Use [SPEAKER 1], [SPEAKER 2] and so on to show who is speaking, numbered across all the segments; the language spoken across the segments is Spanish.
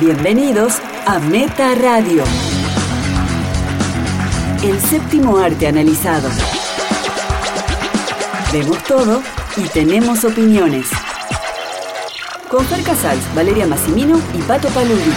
[SPEAKER 1] Bienvenidos a Meta Radio. El séptimo arte analizado. Vemos todo y tenemos opiniones. Con Fer Casals, Valeria Massimino y Pato Paludi.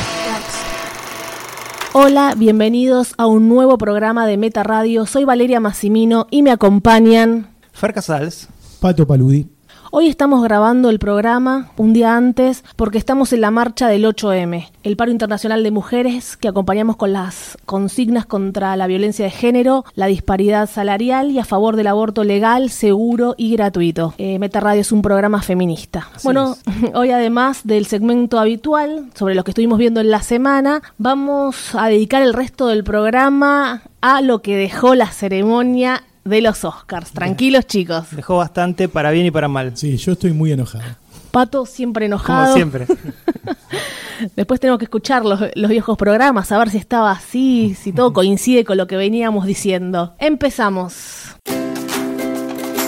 [SPEAKER 2] Hola, bienvenidos a un nuevo programa de Meta Radio. Soy Valeria Massimino y me acompañan.
[SPEAKER 3] Fer Casals.
[SPEAKER 4] Pato Paludi.
[SPEAKER 2] Hoy estamos grabando el programa un día antes porque estamos en la marcha del 8M, el paro internacional de mujeres que acompañamos con las consignas contra la violencia de género, la disparidad salarial y a favor del aborto legal, seguro y gratuito. Eh, Meta Radio es un programa feminista. bueno, hoy además del segmento habitual sobre lo que estuvimos viendo en la semana, vamos a dedicar el resto del programa a lo que dejó la ceremonia de los Oscars. Tranquilos, chicos.
[SPEAKER 3] Dejó bastante para bien y para mal.
[SPEAKER 4] Sí, yo estoy muy enojado.
[SPEAKER 2] Pato siempre enojado.
[SPEAKER 3] Como siempre.
[SPEAKER 2] Después tenemos que escuchar los, los viejos programas, a ver si estaba así, si todo coincide con lo que veníamos diciendo. Empezamos.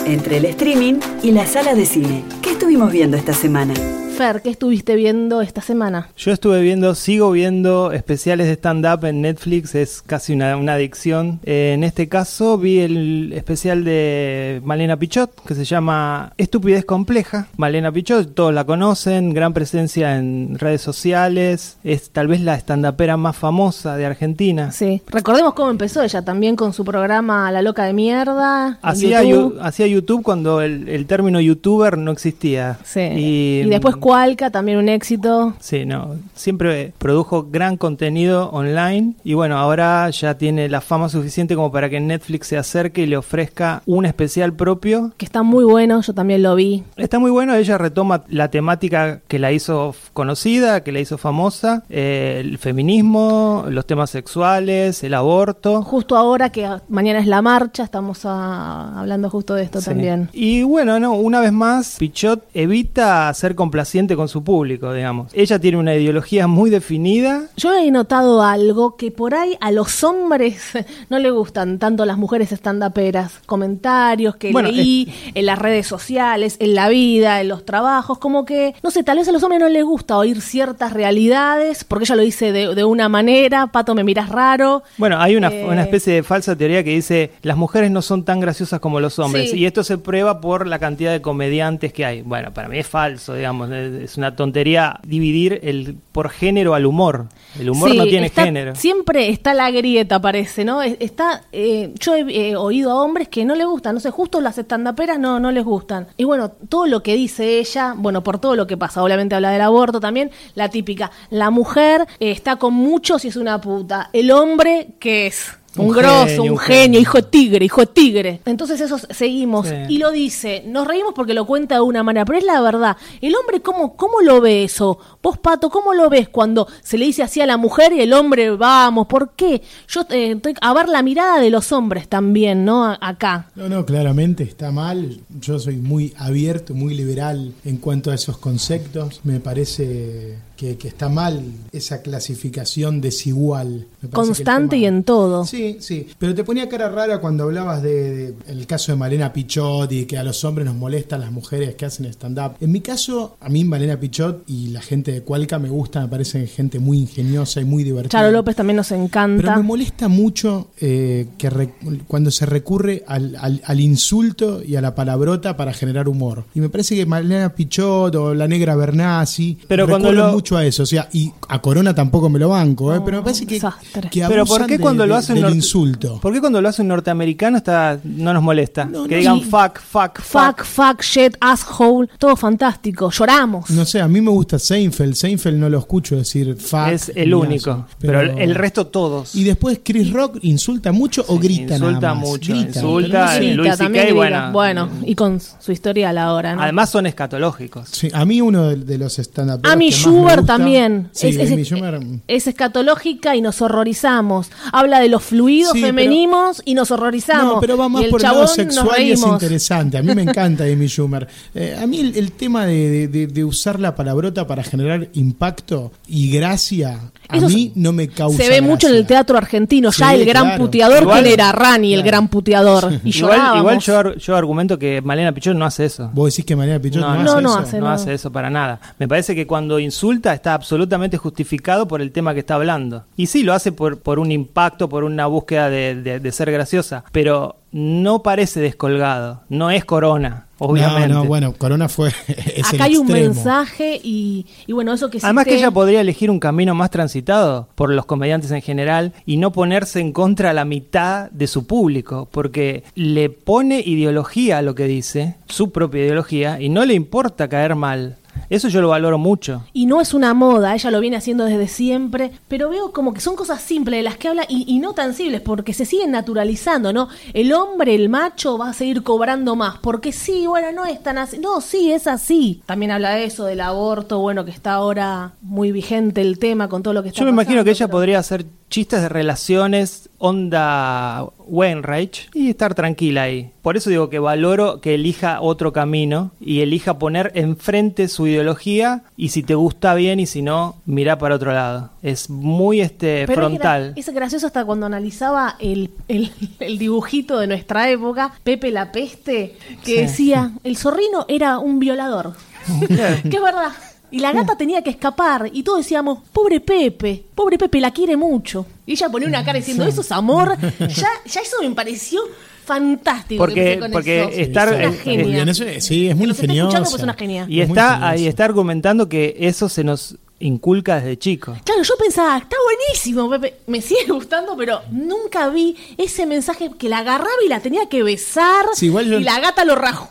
[SPEAKER 1] Entre el streaming y la sala de cine. ¿Qué estuvimos viendo esta semana?
[SPEAKER 2] Fer, ¿qué estuviste viendo esta semana?
[SPEAKER 3] Yo estuve viendo, sigo viendo especiales de stand-up en Netflix, es casi una, una adicción. Eh, en este caso vi el especial de Malena Pichot, que se llama Estupidez Compleja. Malena Pichot, todos la conocen, gran presencia en redes sociales, es tal vez la stand-upera más famosa de Argentina.
[SPEAKER 2] Sí. Recordemos cómo empezó ella también con su programa La Loca de Mierda. en
[SPEAKER 3] Hacía
[SPEAKER 2] YouTube.
[SPEAKER 3] YouTube. hacía YouTube cuando el, el término youtuber no existía.
[SPEAKER 2] Sí. y
[SPEAKER 3] mm.
[SPEAKER 2] después Cualca, también un éxito.
[SPEAKER 3] Sí, no, siempre produjo gran contenido online y bueno, ahora ya tiene la fama suficiente como para que Netflix se acerque y le ofrezca un especial propio.
[SPEAKER 2] que está muy bueno, yo también lo vi.
[SPEAKER 3] Está muy bueno, ella retoma la temática que la hizo f- conocida, que la hizo famosa, eh, el feminismo, los temas sexuales, el aborto.
[SPEAKER 2] Justo ahora que ah, mañana es la marcha, estamos ah, hablando justo de esto
[SPEAKER 3] Sí.
[SPEAKER 2] también.
[SPEAKER 3] Y bueno, no, una vez más, Pichot evita ser complaciente con su público, digamos. Ella tiene una ideología muy definida
[SPEAKER 2] Yo he notado algo que por ahí a los hombres no le gustan tanto las mujeres estandaperas. Comentarios que
[SPEAKER 3] Bueno,
[SPEAKER 2] leí en las redes sociales, en la vida, en los trabajos, como que, no sé, tal vez a los hombres no les gusta oír ciertas realidades, porque ella lo dice de, de una manera, Pato, me miras raro.
[SPEAKER 3] Bueno, hay una,
[SPEAKER 2] Eh,
[SPEAKER 3] una especie de falsa teoría que dice las mujeres no son tan graciosas como los hombres
[SPEAKER 2] Sí.
[SPEAKER 3] y esto se prueba por la cantidad de comediantes que hay. Bueno, para mí es falso, digamos, es es una tontería dividir el por género al humor. El humor
[SPEAKER 2] Sí,
[SPEAKER 3] no tiene
[SPEAKER 2] está-
[SPEAKER 3] género.
[SPEAKER 2] Siempre está la grieta, parece, ¿no? Es- Está, eh, yo he eh, oído a hombres que no les gustan, no sé, justo las estandaperas no, no les gustan. Y bueno, todo lo que dice ella, bueno, por todo lo que pasa, obviamente habla del aborto también, la típica, la mujer eh, está con muchos y es una puta, el hombre que es... Un,
[SPEAKER 3] Un
[SPEAKER 2] grosso,
[SPEAKER 3] genio,
[SPEAKER 2] un,
[SPEAKER 3] un
[SPEAKER 2] genio,
[SPEAKER 3] genio.
[SPEAKER 2] hijo de tigre, hijo de tigre. Entonces esos seguimos.
[SPEAKER 3] Sí.
[SPEAKER 2] Y lo dice, nos reímos porque lo cuenta de una manera, pero es la verdad. El hombre, ¿cómo, cómo lo ve eso? Vos, Pato, ¿cómo lo ves cuando se le dice así a la mujer y el hombre, vamos, ¿por qué? Yo eh, estoy a ver la mirada de los hombres también, ¿no? A- acá.
[SPEAKER 4] No, no, claramente está mal. Yo soy muy abierto, muy liberal en cuanto a esos conceptos. Me parece que, que está mal esa clasificación desigual. Me parece que
[SPEAKER 2] Constante
[SPEAKER 4] el tema-
[SPEAKER 2] y en todo.
[SPEAKER 4] Sí, sí. Pero te ponía cara rara cuando hablabas de, de el caso de Malena Pichot y que a los hombres nos molestan las mujeres que hacen stand-up. En mi caso, a mí Malena Pichot y la gente de Cualca me gusta, me parecen gente muy ingeniosa y muy divertida.
[SPEAKER 2] Charo López también nos encanta.
[SPEAKER 4] Pero me molesta mucho eh, que re- cuando se recurre al, al- al insulto y a la palabrota para generar humor. Y me parece que Malena Pichot o la negra Bernasi
[SPEAKER 3] Pero cuando
[SPEAKER 4] recurren
[SPEAKER 3] lo-
[SPEAKER 4] mucho a eso. O sea, y a Corona tampoco me lo banco, eh, pero me parece que,
[SPEAKER 2] desastre.
[SPEAKER 4] que
[SPEAKER 3] Pero ¿por
[SPEAKER 4] abusan
[SPEAKER 3] qué
[SPEAKER 4] de-
[SPEAKER 3] cuando lo
[SPEAKER 4] de-
[SPEAKER 3] hace un
[SPEAKER 4] del
[SPEAKER 3] nor-
[SPEAKER 4] insulto?
[SPEAKER 3] ¿Por qué cuando lo hace un norteamericano está no nos molesta?
[SPEAKER 4] No,
[SPEAKER 3] que
[SPEAKER 4] no,
[SPEAKER 3] digan
[SPEAKER 2] sí.
[SPEAKER 3] fuck, fuck, fuck.
[SPEAKER 2] Fuck, fuck, shit, asshole. Todo fantástico. Lloramos.
[SPEAKER 4] No sé, a mí me gusta Seinfeld. Seinfeld no lo escucho decir fuck.
[SPEAKER 3] es el
[SPEAKER 4] ni
[SPEAKER 3] único,
[SPEAKER 4] nada,
[SPEAKER 3] pero, el resto todos.
[SPEAKER 4] Y después Chris Rock insulta mucho o grita nada
[SPEAKER 3] insulta
[SPEAKER 4] más.
[SPEAKER 3] mucho,
[SPEAKER 4] Grita.
[SPEAKER 3] insulta.
[SPEAKER 2] Grita,
[SPEAKER 3] eh, Louis
[SPEAKER 2] también
[SPEAKER 3] CK,
[SPEAKER 2] grita.
[SPEAKER 3] bueno.
[SPEAKER 2] bueno, y con su historial ahora, ¿no?
[SPEAKER 3] Además son escatológicos.
[SPEAKER 4] Sí, a mí uno de, de los stand-up.
[SPEAKER 2] Amy Schubert también.
[SPEAKER 4] Sí,
[SPEAKER 2] es, eh, es-
[SPEAKER 4] Amy Schumer,
[SPEAKER 2] es escatológica y nos horrorizamos. Habla de los fluidos
[SPEAKER 4] Sí, pero-
[SPEAKER 2] femeninos y nos horrorizamos.
[SPEAKER 4] No, pero va
[SPEAKER 2] y
[SPEAKER 4] más
[SPEAKER 2] el
[SPEAKER 4] por el
[SPEAKER 2] chabón
[SPEAKER 4] lado
[SPEAKER 2] nos
[SPEAKER 4] sexual y es
[SPEAKER 2] reímos.
[SPEAKER 4] interesante. A mí me encanta Amy Schumer. Eh, a mí el, el tema de, de- de- de usar la palabrota para generar impacto y gracia, a
[SPEAKER 2] Eso
[SPEAKER 4] mí no me causa
[SPEAKER 2] Se ve mucho en
[SPEAKER 4] gracia.
[SPEAKER 2] el teatro argentino. ya
[SPEAKER 4] Sí,
[SPEAKER 2] el gran
[SPEAKER 4] claro.
[SPEAKER 2] puteador,
[SPEAKER 3] Igual-
[SPEAKER 2] ¿quién era? Rani, el
[SPEAKER 4] Claro.
[SPEAKER 2] gran puteador. Y
[SPEAKER 3] igual
[SPEAKER 2] llorábamos.
[SPEAKER 3] igual yo, ar- yo argumento que Malena Pichón no hace eso.
[SPEAKER 4] Vos decís que María Pichot no, hace
[SPEAKER 2] no,
[SPEAKER 4] eso.
[SPEAKER 2] hace
[SPEAKER 3] no
[SPEAKER 2] nada.
[SPEAKER 3] hace eso para nada. Me parece que cuando insulta está absolutamente justificado por el tema que está hablando. Y sí, lo hace por, por un impacto, por una búsqueda de, de- de ser graciosa, pero no parece descolgado, no es corona, obviamente.
[SPEAKER 4] No, no, bueno, Corona fue. es el
[SPEAKER 2] Acá hay un
[SPEAKER 4] extremo.
[SPEAKER 2] mensaje y, y bueno, eso que
[SPEAKER 3] Además que
[SPEAKER 2] hiciste-
[SPEAKER 3] ella podría elegir un camino más transitado por los comediantes en general y no ponerse en contra a la mitad de su público, porque le pone ideología a lo que dice, su propia ideología, y no le importa caer mal. Eso yo lo valoro mucho.
[SPEAKER 2] Y no es una moda, ella lo viene haciendo desde siempre, pero veo como que son cosas simples de las que habla y, y no tan simples, porque se siguen naturalizando, ¿no? El hombre, el macho, va a seguir cobrando más, porque sí, bueno, no es tan así, no, sí, es así. También habla de eso, del aborto, bueno, que está ahora muy vigente el tema con todo lo que está
[SPEAKER 3] Yo me imagino
[SPEAKER 2] pasando,
[SPEAKER 3] que ella
[SPEAKER 2] pero-
[SPEAKER 3] podría hacer chistes de relaciones onda Wainwright y estar tranquila ahí. Por eso digo que valoro que elija otro camino y elija poner enfrente su ideología y si te gusta bien y si no, mirá para otro lado. Es muy
[SPEAKER 2] Pero
[SPEAKER 3] este
[SPEAKER 2] es gra-
[SPEAKER 3] frontal.
[SPEAKER 2] Es, gracioso hasta cuando analizaba el, el- el dibujito de nuestra época, Pepe la Peste, que
[SPEAKER 3] Sí.
[SPEAKER 2] decía, el zorrino era un violador. que es verdad. Y la gata tenía que escapar y todos decíamos, pobre Pepe, pobre Pepe la quiere mucho. Y ella ponía una cara diciendo, eso es amor. Ya, ya eso me pareció fantástico.
[SPEAKER 3] Porque-
[SPEAKER 2] que empecé con
[SPEAKER 3] porque
[SPEAKER 2] eso.
[SPEAKER 3] estar-
[SPEAKER 2] Es una
[SPEAKER 3] eh,
[SPEAKER 2] genia.
[SPEAKER 4] Muy bien, es una- sí, es muy
[SPEAKER 2] Que nos esté escuchando,
[SPEAKER 4] ingeniosa.
[SPEAKER 2] pues, es una genia.
[SPEAKER 3] y
[SPEAKER 4] Es muy
[SPEAKER 3] está,
[SPEAKER 4] ingeniosa.
[SPEAKER 3] ahí está argumentando que eso se nos inculca desde chico.
[SPEAKER 2] Claro, yo pensaba, está buenísimo, Pepe. Me sigue gustando, pero nunca vi ese mensaje que la agarraba y la tenía que besar.
[SPEAKER 4] Sí, igual yo-
[SPEAKER 2] Y la gata lo rajó.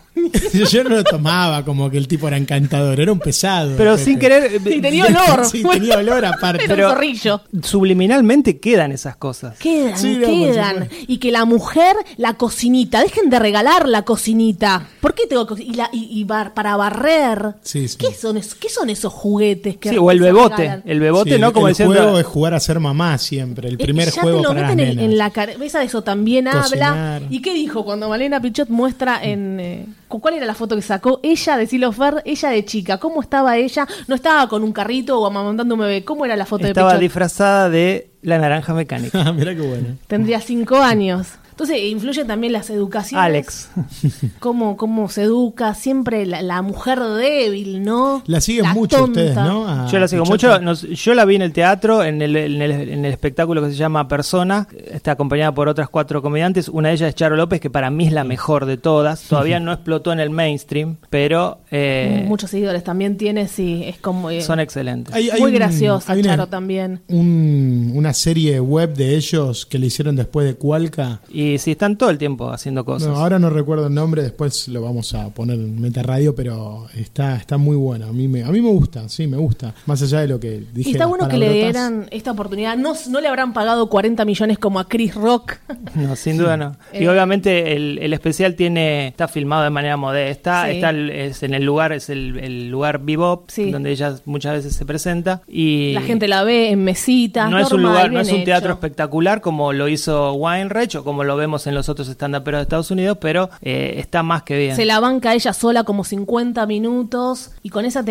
[SPEAKER 4] Yo no lo tomaba como que el tipo era encantador, era un pesado.
[SPEAKER 3] Pero
[SPEAKER 4] Pepe.
[SPEAKER 3] sin querer... eh,
[SPEAKER 2] Y tenía olor.
[SPEAKER 4] Sí, tenía olor aparte.
[SPEAKER 2] Era
[SPEAKER 3] Pero-
[SPEAKER 2] un zorrillo.
[SPEAKER 3] Subliminalmente quedan esas cosas.
[SPEAKER 2] Quedan,
[SPEAKER 4] Sí, no, por
[SPEAKER 2] quedan.
[SPEAKER 4] supuesto.
[SPEAKER 2] Y que la mujer, la cocinita, dejen de regalar la cocinita. ¿Por qué tengo que.? Y, la, y, y bar- para barrer.
[SPEAKER 4] Sí, sí.
[SPEAKER 2] ¿Qué, son es- ¿Qué son esos juguetes que
[SPEAKER 3] Sí, o el
[SPEAKER 2] que se
[SPEAKER 3] bebote.
[SPEAKER 2] regalan?
[SPEAKER 3] El bebote,
[SPEAKER 4] Sí,
[SPEAKER 3] ¿no? Como
[SPEAKER 4] el
[SPEAKER 3] diciendo...
[SPEAKER 4] juego es jugar a ser mamá siempre, el
[SPEAKER 2] Eh,
[SPEAKER 4] primer
[SPEAKER 2] ya
[SPEAKER 4] juego
[SPEAKER 2] te lo
[SPEAKER 4] para las
[SPEAKER 2] meten en,
[SPEAKER 4] nenas.
[SPEAKER 2] en la cabeza de eso también
[SPEAKER 4] Cocinar.
[SPEAKER 2] habla. ¿Y qué dijo cuando Malena Pichot muestra en eh, cu- cuál era la foto que sacó ella de Silo Fer, ella de chica? ¿Cómo estaba ella? No estaba con un carrito o amamantando un bebé. ¿Cómo era la foto de
[SPEAKER 3] Estaba
[SPEAKER 2] Pichot?
[SPEAKER 3] disfrazada de la naranja mecánica.
[SPEAKER 4] Ah, mirá qué bueno.
[SPEAKER 2] Tendría cinco años. Entonces influyen también las educaciones.
[SPEAKER 3] Alex.
[SPEAKER 2] Cómo, cómo se educa siempre la, la mujer débil, ¿no?
[SPEAKER 4] La siguen mucho
[SPEAKER 2] tonta.
[SPEAKER 4] ustedes, ¿no? A
[SPEAKER 3] Yo la sigo
[SPEAKER 4] Pichotto.
[SPEAKER 3] mucho. Nos- yo la vi en el teatro, en el, en el- en el espectáculo que se llama Persona. Está acompañada por otras cuatro comediantes. Una de ellas es Charo López, que para mí es la mejor de todas. Todavía no explotó en el mainstream, pero eh,
[SPEAKER 2] Muchos seguidores también tiene, sí. Es como. eh,
[SPEAKER 3] son excelentes.
[SPEAKER 4] Hay- hay
[SPEAKER 2] muy
[SPEAKER 4] un-
[SPEAKER 2] graciosa,
[SPEAKER 4] hay una-
[SPEAKER 2] Charo también.
[SPEAKER 4] un- una serie web de ellos que le hicieron después de Cualca.
[SPEAKER 3] Y sí, están todo el tiempo haciendo cosas.
[SPEAKER 4] No, ahora no recuerdo el nombre, después lo vamos a poner en Meta Radio, pero está, está muy bueno. A mí, me, a mí me gusta, sí, me gusta. Más allá de lo que dije.
[SPEAKER 2] Y está
[SPEAKER 4] las
[SPEAKER 2] bueno que le
[SPEAKER 4] palabrotas.
[SPEAKER 2] dieran esta oportunidad. No, no le habrán pagado 40 millones como a Chris Rock.
[SPEAKER 3] No, sin duda no. Y
[SPEAKER 2] Eh.
[SPEAKER 3] obviamente el, el especial tiene está filmado de manera modesta,
[SPEAKER 2] Sí.
[SPEAKER 3] está el- es en el lugar, es el, el lugar bebop,
[SPEAKER 2] Sí.
[SPEAKER 3] donde ella muchas veces se presenta. Y
[SPEAKER 2] La gente la ve en mesitas.
[SPEAKER 3] no es un
[SPEAKER 2] normal,
[SPEAKER 3] lugar, no
[SPEAKER 2] bien
[SPEAKER 3] es un teatro
[SPEAKER 2] hecho.
[SPEAKER 3] espectacular como lo hizo Weinreich o como lo vemos en los otros stand-uperos de Estados Unidos, pero eh, está más que bien.
[SPEAKER 2] Se la banca ella sola como 50 minutos. Y con esa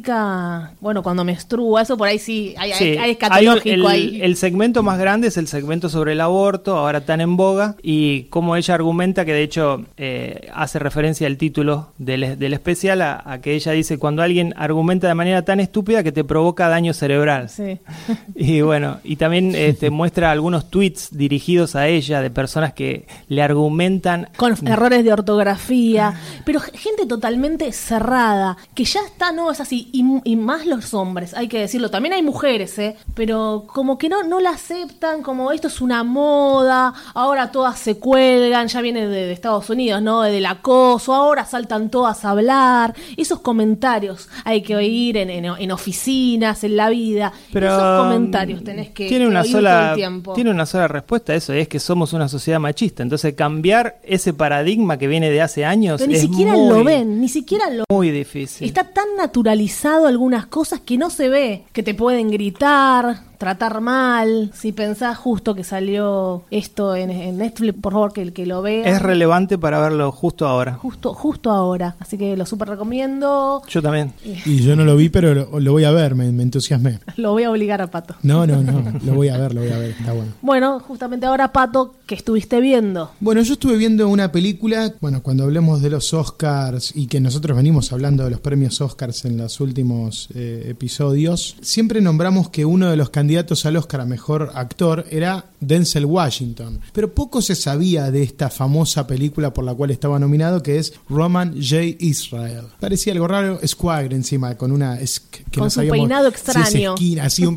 [SPEAKER 2] temática, bueno, cuando menstrua, eso por ahí sí, hay,
[SPEAKER 3] Sí,
[SPEAKER 2] hay, hay
[SPEAKER 3] hay un-
[SPEAKER 2] escatológico
[SPEAKER 3] el,
[SPEAKER 2] ahí.
[SPEAKER 3] el segmento más grande es el segmento sobre el aborto, ahora tan en boga, y como ella argumenta que de hecho eh, hace referencia al título del, del especial, a, a que ella dice cuando alguien argumenta de manera tan estúpida que te provoca daño cerebral.
[SPEAKER 2] Sí.
[SPEAKER 3] Y bueno, y también este, muestra algunos tweets dirigidos a ella de personas que le argumentan
[SPEAKER 2] Con errores de ortografía, pero g- gente totalmente cerrada, que ya está, no es así, y, m- y más los hombres, hay que decirlo, también hay mujeres, ¿eh? pero como que no, no la aceptan, como esto es una moda, ahora todas se cuelgan, ya viene de, de Estados Unidos, ¿no? Del acoso, ahora saltan todas a hablar, esos comentarios hay que oír en, en- en oficinas, en la vida,
[SPEAKER 3] Pero um,
[SPEAKER 2] esos comentarios tenés que
[SPEAKER 3] tiene una
[SPEAKER 2] oír
[SPEAKER 3] sola
[SPEAKER 2] todo el tiempo.
[SPEAKER 3] tiene una sola respuesta a eso, y es que somos una sociedad machista. Entonces cambiar ese paradigma que viene de hace años
[SPEAKER 2] pero ni
[SPEAKER 3] es
[SPEAKER 2] siquiera
[SPEAKER 3] muy,
[SPEAKER 2] lo ven, ni siquiera lo
[SPEAKER 3] muy difícil.
[SPEAKER 2] Está tan naturalizado algunas cosas que no se ve, que te pueden gritar, tratar mal. Si pensás justo que salió esto en, en Netflix, por favor que el que lo vea.
[SPEAKER 3] Es relevante para verlo justo ahora.
[SPEAKER 2] Justo, justo ahora. Así que lo súper recomiendo.
[SPEAKER 3] Yo también.
[SPEAKER 4] Y yo no lo vi, pero lo, lo voy a ver, me, me entusiasmé.
[SPEAKER 2] Lo voy a obligar a Pato.
[SPEAKER 4] No, no, no, lo voy a ver, lo voy a ver, está bueno.
[SPEAKER 2] Bueno, justamente ahora, Pato, que estuviste viendo?
[SPEAKER 4] Bueno, yo estuve viendo una película, bueno, cuando hablemos de los Oscars y que nosotros venimos hablando de los premios Oscars en los últimos eh, episodios, siempre nombramos que uno de los candidatos al Oscar a Mejor Actor era Denzel Washington, pero poco se sabía de esta famosa película por la cual estaba nominado, que es Roman J. Israel. Parecía algo raro, Squire encima, con una... que
[SPEAKER 2] con no su peinado extraño.
[SPEAKER 4] Si es esquina, así un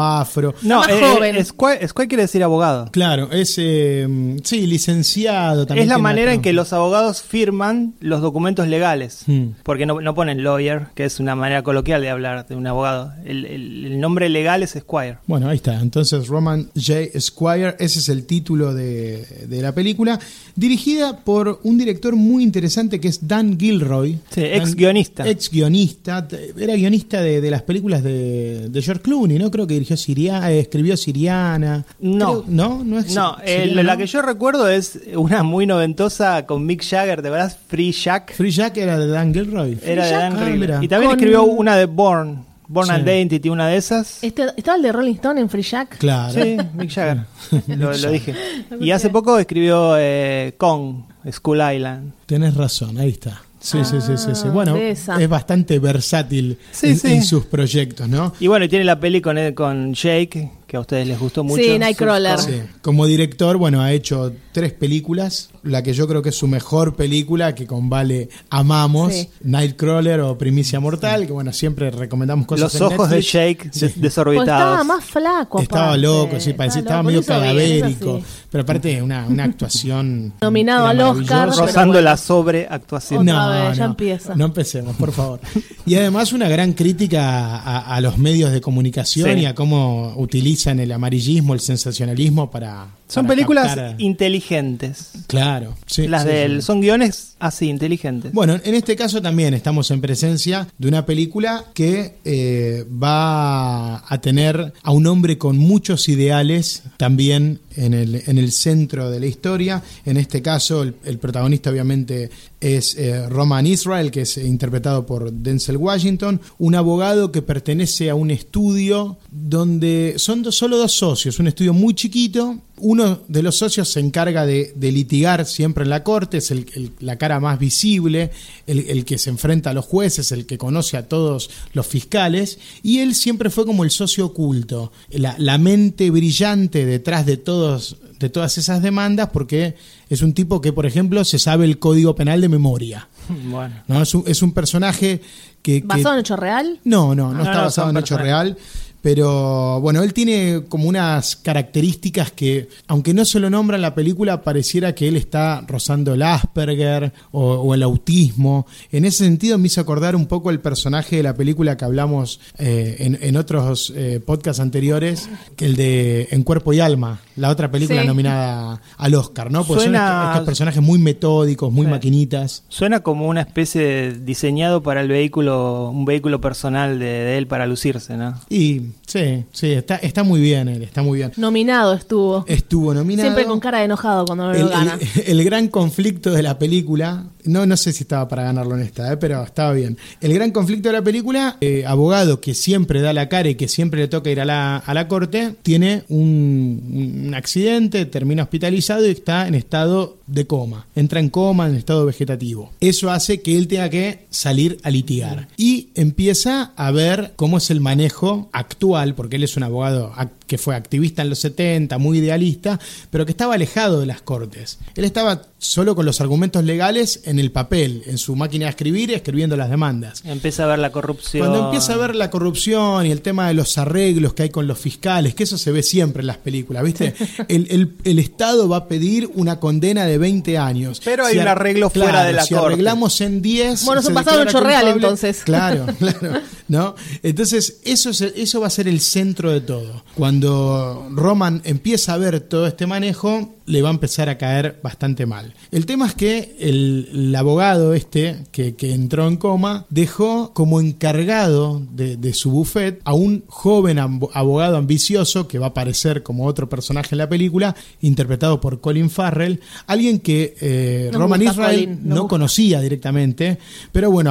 [SPEAKER 4] afro.
[SPEAKER 3] No,
[SPEAKER 2] Más
[SPEAKER 3] eh,
[SPEAKER 2] joven.
[SPEAKER 3] eh, Squire, Squire quiere decir abogado.
[SPEAKER 4] Claro, es... eh, sí, licenciado también.
[SPEAKER 3] es la
[SPEAKER 4] tiene
[SPEAKER 3] manera en
[SPEAKER 4] otro-
[SPEAKER 3] que los abogados firman los documentos legales,
[SPEAKER 4] Hmm.
[SPEAKER 3] porque no, no ponen lawyer, que es una manera coloquial de hablar de un abogado. El, el- el nombre legal es Squire.
[SPEAKER 4] Bueno, ahí está. Entonces, Roman J. Squire, ese es el título de, de la película. Dirigida por un director muy interesante que es Dan Gilroy.
[SPEAKER 3] Sí,
[SPEAKER 4] Dan-
[SPEAKER 3] ex guionista.
[SPEAKER 4] Ex guionista. T- Era guionista de, de las películas de, de George Clooney, ¿no? Creo que dirigió Siria, eh, escribió Siriana.
[SPEAKER 3] No.
[SPEAKER 4] Creo- no, no es.
[SPEAKER 3] No, eh,
[SPEAKER 4] Siriana,
[SPEAKER 3] la
[SPEAKER 4] ¿no?
[SPEAKER 3] que yo recuerdo es una muy noventosa con Mick Jagger, ¿te verdad? Free Jack.
[SPEAKER 4] Free Jack era de Dan Gilroy.
[SPEAKER 3] Era de Dan
[SPEAKER 4] Ah,
[SPEAKER 3] Riegel.
[SPEAKER 4] mira.
[SPEAKER 3] Y también
[SPEAKER 2] Con-
[SPEAKER 3] escribió una de Born, Born
[SPEAKER 4] Sí.
[SPEAKER 3] Identity, una de esas.
[SPEAKER 2] Este, ¿Estaba el de Rolling Stone en Free Jack?
[SPEAKER 4] Claro.
[SPEAKER 3] Sí, Mick Jagger. lo, lo dije. Y
[SPEAKER 2] escuché.
[SPEAKER 3] hace poco escribió eh, Kong, School Island.
[SPEAKER 4] Tenés razón, ahí está. Sí, sí, sí, sí, sí. Bueno,
[SPEAKER 2] de esa.
[SPEAKER 4] es bastante versátil
[SPEAKER 3] Ah, Sí,
[SPEAKER 4] en,
[SPEAKER 3] sí.
[SPEAKER 4] en sus proyectos, ¿no?
[SPEAKER 3] Y bueno, y tiene la peli con, él- con Jake, que a ustedes les gustó mucho.
[SPEAKER 2] Sí, Nightcrawler.
[SPEAKER 3] Sus-
[SPEAKER 4] Sí. Como director, bueno, ha hecho tres películas. La que yo creo que es su mejor película, que con Vale amamos,
[SPEAKER 2] Sí.
[SPEAKER 4] Nightcrawler o Primicia Mortal, que bueno, siempre recomendamos cosas.
[SPEAKER 3] Los
[SPEAKER 4] en
[SPEAKER 3] ojos de
[SPEAKER 4] Netflix.
[SPEAKER 3] Jake
[SPEAKER 4] Sí.
[SPEAKER 3] des-
[SPEAKER 2] Pues estaba
[SPEAKER 3] desorbitados.
[SPEAKER 2] más flaco.
[SPEAKER 4] Estaba
[SPEAKER 2] aparte.
[SPEAKER 4] loco, sí, parecía, estaba
[SPEAKER 2] loco,
[SPEAKER 4] medio
[SPEAKER 2] lo hizo bien,
[SPEAKER 4] cadavérico.
[SPEAKER 2] eso sí.
[SPEAKER 4] pero aparte, una, una actuación.
[SPEAKER 2] Nominado
[SPEAKER 4] era
[SPEAKER 2] al Oscar,
[SPEAKER 4] maravillosa.
[SPEAKER 2] pero-
[SPEAKER 3] Rozando
[SPEAKER 2] bueno.
[SPEAKER 3] la sobreactuación.
[SPEAKER 2] Otra vez, ya empieza.
[SPEAKER 4] No empecemos, por favor. Y además una gran crítica a, a los medios de comunicación
[SPEAKER 3] Sí.
[SPEAKER 4] y a cómo utilizan el amarillismo, el sensacionalismo para...
[SPEAKER 3] Son
[SPEAKER 4] para
[SPEAKER 3] películas
[SPEAKER 4] captar-
[SPEAKER 3] inteligentes.
[SPEAKER 4] Claro, sí,
[SPEAKER 3] Las
[SPEAKER 4] sí,
[SPEAKER 3] del
[SPEAKER 4] sí.
[SPEAKER 3] son guiones así inteligentes.
[SPEAKER 4] Bueno, en este caso también estamos en presencia de una película que eh, va a tener a un hombre con muchos ideales también en el, en el centro de la historia. En este caso, el, el protagonista obviamente es eh, Roman Israel, que es eh, interpretado por Denzel Washington, un abogado que pertenece a un estudio donde son do- solo dos socios, un estudio muy chiquito. Uno de los socios se encarga de, de litigar siempre en la corte, es el- el- la cara más visible, el, el que se enfrenta a los jueces, el que conoce a todos los fiscales, y él siempre fue como el socio oculto, la, la mente brillante detrás de todos de todas esas demandas, porque es un tipo que, por ejemplo, se sabe el código penal de memoria.
[SPEAKER 3] Bueno.
[SPEAKER 4] ¿no? Es, un, es un personaje que... que-
[SPEAKER 2] ¿Basado en hecho real?
[SPEAKER 4] no, no, no,
[SPEAKER 3] No,
[SPEAKER 4] está
[SPEAKER 3] no,
[SPEAKER 4] basado
[SPEAKER 3] son
[SPEAKER 4] en hecho
[SPEAKER 3] personajes.
[SPEAKER 4] real. Pero bueno, él tiene como unas características que, aunque no se lo nombra en la película, pareciera que él está rozando el Asperger o, o el autismo. En ese sentido me hizo acordar un poco el personaje de la película que hablamos eh, en, en otros eh, podcasts anteriores, que el de En Cuerpo y Alma, la otra película
[SPEAKER 2] Sí.
[SPEAKER 4] nominada al Oscar, ¿no? Porque son
[SPEAKER 3] Suena-
[SPEAKER 4] estos, estos personajes muy metódicos, muy
[SPEAKER 3] Sí.
[SPEAKER 4] maquinitas.
[SPEAKER 3] Suena como una especie de diseñado para el vehículo, un vehículo personal de, de él para lucirse, ¿no?
[SPEAKER 4] Y sí, sí, está, está muy bien él, está muy bien.
[SPEAKER 2] Nominado estuvo.
[SPEAKER 4] Estuvo nominado.
[SPEAKER 2] Siempre con cara de enojado cuando no lo
[SPEAKER 4] el,
[SPEAKER 2] gana.
[SPEAKER 4] el- el gran conflicto de la película, no, no sé si estaba para ganarlo en esta, eh, pero estaba bien. El gran conflicto de la película, eh, abogado que siempre da la cara y que siempre le toca ir a la, a la corte, tiene un, un accidente, termina hospitalizado y está en estado de coma. Entra en coma, en estado vegetativo. Eso hace que él tenga que salir a litigar. Y empieza a ver cómo es el manejo actual, porque él es un abogado ac- que fue activista en los 70, muy idealista, pero que estaba alejado de las cortes. Él estaba solo con los argumentos legales en el papel, en su máquina de escribir, escribiendo las demandas.
[SPEAKER 3] Empieza a ver la corrupción.
[SPEAKER 4] Cuando empieza a ver la corrupción y el tema de los arreglos que hay con los fiscales, que eso se ve siempre en las películas, ¿viste? El, el- el Estado va a pedir una condena de 20 años.
[SPEAKER 3] Pero hay un
[SPEAKER 4] ar-
[SPEAKER 3] arreglo fuera de la
[SPEAKER 4] si
[SPEAKER 3] corte.
[SPEAKER 4] arreglamos en 10...
[SPEAKER 2] Bueno,
[SPEAKER 4] se
[SPEAKER 2] son basados en
[SPEAKER 4] declara
[SPEAKER 2] hecho real,
[SPEAKER 4] culpable.
[SPEAKER 2] entonces.
[SPEAKER 4] Claro, claro, ¿no? Entonces, eso, es- eso va a ser el centro de todo. Cuando Roman empieza a ver todo este manejo, le va a empezar a caer bastante mal. El tema es que el, el abogado este, que, que entró en coma, dejó como encargado de, de su buffet a un joven amb- abogado ambicioso que va a aparecer como otro personaje en la película, interpretado por Colin Farrell, alguien que eh,
[SPEAKER 2] Nos
[SPEAKER 4] Roman
[SPEAKER 2] gusta
[SPEAKER 4] Israel
[SPEAKER 2] Colin, nos
[SPEAKER 4] no
[SPEAKER 2] gusta.
[SPEAKER 4] conocía directamente, pero bueno,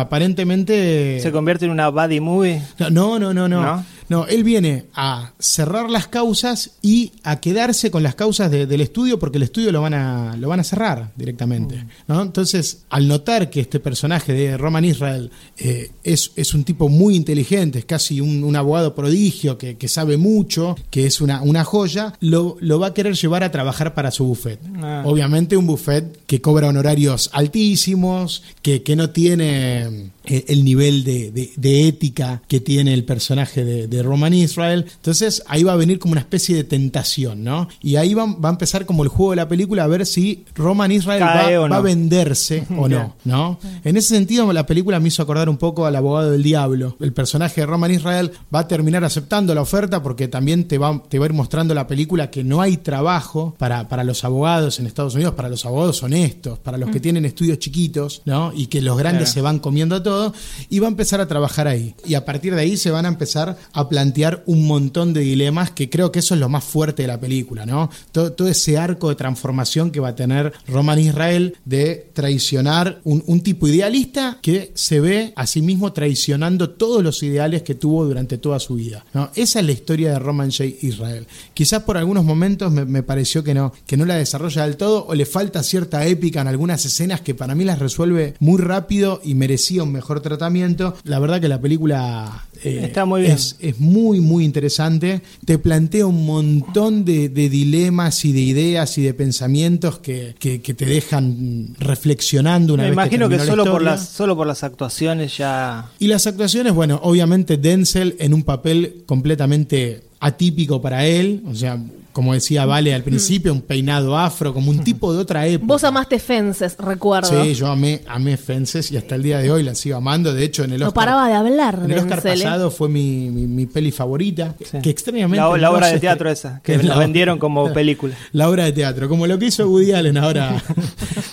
[SPEAKER 4] aparentemente...
[SPEAKER 3] Se convierte en una buddy movie.
[SPEAKER 4] No, no, no, no, no.
[SPEAKER 3] ¿No?
[SPEAKER 4] No, él viene a cerrar las causas y a quedarse con las causas de- del estudio porque el estudio lo van a, lo van a cerrar directamente.
[SPEAKER 3] Mm.
[SPEAKER 4] ¿no? Entonces, al notar que este personaje de Roman Israel eh, es, es un tipo muy inteligente, es casi un, un abogado prodigio que, que sabe mucho, que es una, una joya, lo, lo va a querer llevar a trabajar para su buffet.
[SPEAKER 3] Ah.
[SPEAKER 4] Obviamente un buffet que cobra honorarios altísimos, que, que no tiene eh, el nivel de, de- de ética que tiene el personaje de, de Roman Israel. Entonces ahí va a venir como una especie de tentación, ¿no? Y ahí va, va a empezar como el juego de la película a ver si Roman Israel
[SPEAKER 3] Cae
[SPEAKER 4] va,
[SPEAKER 3] o no.
[SPEAKER 4] va a venderse o no, ¿no? En ese sentido la película me hizo acordar un poco al abogado del diablo. El personaje de Roman Israel va a terminar aceptando la oferta porque también te va, te va a ir mostrando la película que no hay trabajo para, para los abogados en Estados Unidos, para los abogados honestos, para los que tienen estudios chiquitos, ¿no? Y que los grandes
[SPEAKER 3] Claro.
[SPEAKER 4] se van comiendo todo y va a empezar a trabajar ahí. Y a partir de ahí se van a empezar a plantear un montón de dilemas que creo que eso es lo más fuerte de la película, ¿no? Todo, todo ese arco de transformación que va a tener Roman Israel de traicionar un, un tipo idealista que se ve a sí mismo traicionando todos los ideales que tuvo durante toda su vida. ¿no? Esa es la historia de Roman J. Israel. Quizás por algunos momentos me, me pareció que no, que no la desarrolla del todo o le falta cierta épica en algunas escenas que para mí las resuelve muy rápido y merecía un mejor tratamiento. La verdad que la película eh,
[SPEAKER 3] Está muy bien.
[SPEAKER 4] Es, es muy, muy interesante. Te plantea un montón de, de dilemas y de ideas y de pensamientos que, que- que te dejan reflexionando una
[SPEAKER 3] Me
[SPEAKER 4] vez
[SPEAKER 3] imagino que,
[SPEAKER 4] terminó la
[SPEAKER 3] solo por
[SPEAKER 4] historia.
[SPEAKER 3] las solo por las actuaciones ya
[SPEAKER 4] Y las actuaciones, bueno, obviamente Denzel en un papel completamente atípico para él, o sea, como decía Vale al principio, un peinado afro, como un tipo de otra época.
[SPEAKER 2] Vos amaste Fences, recuerdo.
[SPEAKER 4] Sí, yo amé, amé Fences y hasta el día de hoy la sigo amando. De hecho, en el
[SPEAKER 2] no
[SPEAKER 4] Oscar,
[SPEAKER 2] paraba de hablar
[SPEAKER 4] en el
[SPEAKER 2] de
[SPEAKER 4] Oscar
[SPEAKER 2] Ansel, ¿eh?
[SPEAKER 4] pasado fue mi, mi- mi peli favorita.
[SPEAKER 3] Sí.
[SPEAKER 4] Que extrañamente.
[SPEAKER 3] La- la
[SPEAKER 4] no
[SPEAKER 3] obra
[SPEAKER 4] se
[SPEAKER 3] de
[SPEAKER 4] estre-
[SPEAKER 3] teatro esa, que
[SPEAKER 4] Es
[SPEAKER 3] la vendieron como película.
[SPEAKER 4] La obra de teatro, como lo que hizo Woody Allen ahora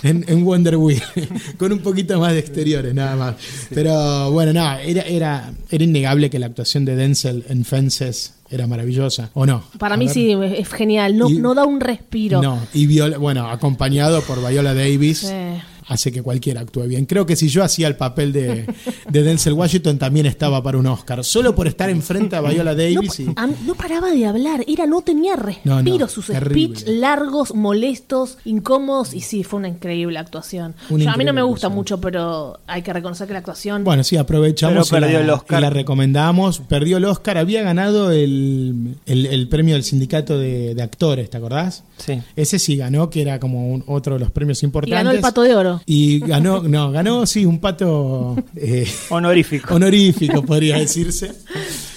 [SPEAKER 4] en, en Wonder Wheel, con un poquito más de exteriores, nada más. Pero bueno, nada, era, era, era innegable que la actuación de Denzel en Fences era maravillosa, ¿o no?
[SPEAKER 2] Para
[SPEAKER 4] A
[SPEAKER 2] mí
[SPEAKER 4] ver.
[SPEAKER 2] sí, es es genial. No,
[SPEAKER 4] Y-
[SPEAKER 2] no da un respiro.
[SPEAKER 4] No, y Viola- bueno, acompañado por Viola Davis,
[SPEAKER 2] Sí.
[SPEAKER 4] hace que cualquiera actúe bien. Creo que si yo hacía el papel de, de Denzel Washington, también estaba para un Oscar. Solo por estar enfrente a Viola
[SPEAKER 2] No, ah.
[SPEAKER 4] Davis y.
[SPEAKER 2] a mí- no paraba de hablar, era no tenía respiro,
[SPEAKER 4] No, no,
[SPEAKER 2] sus
[SPEAKER 4] terrible.
[SPEAKER 2] speech largos, molestos, incómodos y sí, fue una increíble actuación.
[SPEAKER 4] Una
[SPEAKER 2] Yo- a mí no
[SPEAKER 4] increíble
[SPEAKER 2] me gusta
[SPEAKER 4] actuación.
[SPEAKER 2] mucho, pero hay que reconocer que la actuación
[SPEAKER 4] Bueno, sí, aprovechamos
[SPEAKER 3] Pero
[SPEAKER 4] y,
[SPEAKER 3] perdió
[SPEAKER 4] la,
[SPEAKER 3] el Oscar.
[SPEAKER 4] y la recomendamos. Perdió el Oscar, había ganado el, el- el premio del sindicato de, de actores, ¿te acordás?
[SPEAKER 3] Sí.
[SPEAKER 4] Ese sí ganó, que era como un- otro de los premios
[SPEAKER 2] y
[SPEAKER 4] importantes.
[SPEAKER 2] ganó el pato de oro.
[SPEAKER 4] Y ganó, no, ganó, sí, un pato eh,
[SPEAKER 3] Honorífico.
[SPEAKER 4] honorífico, podría decirse.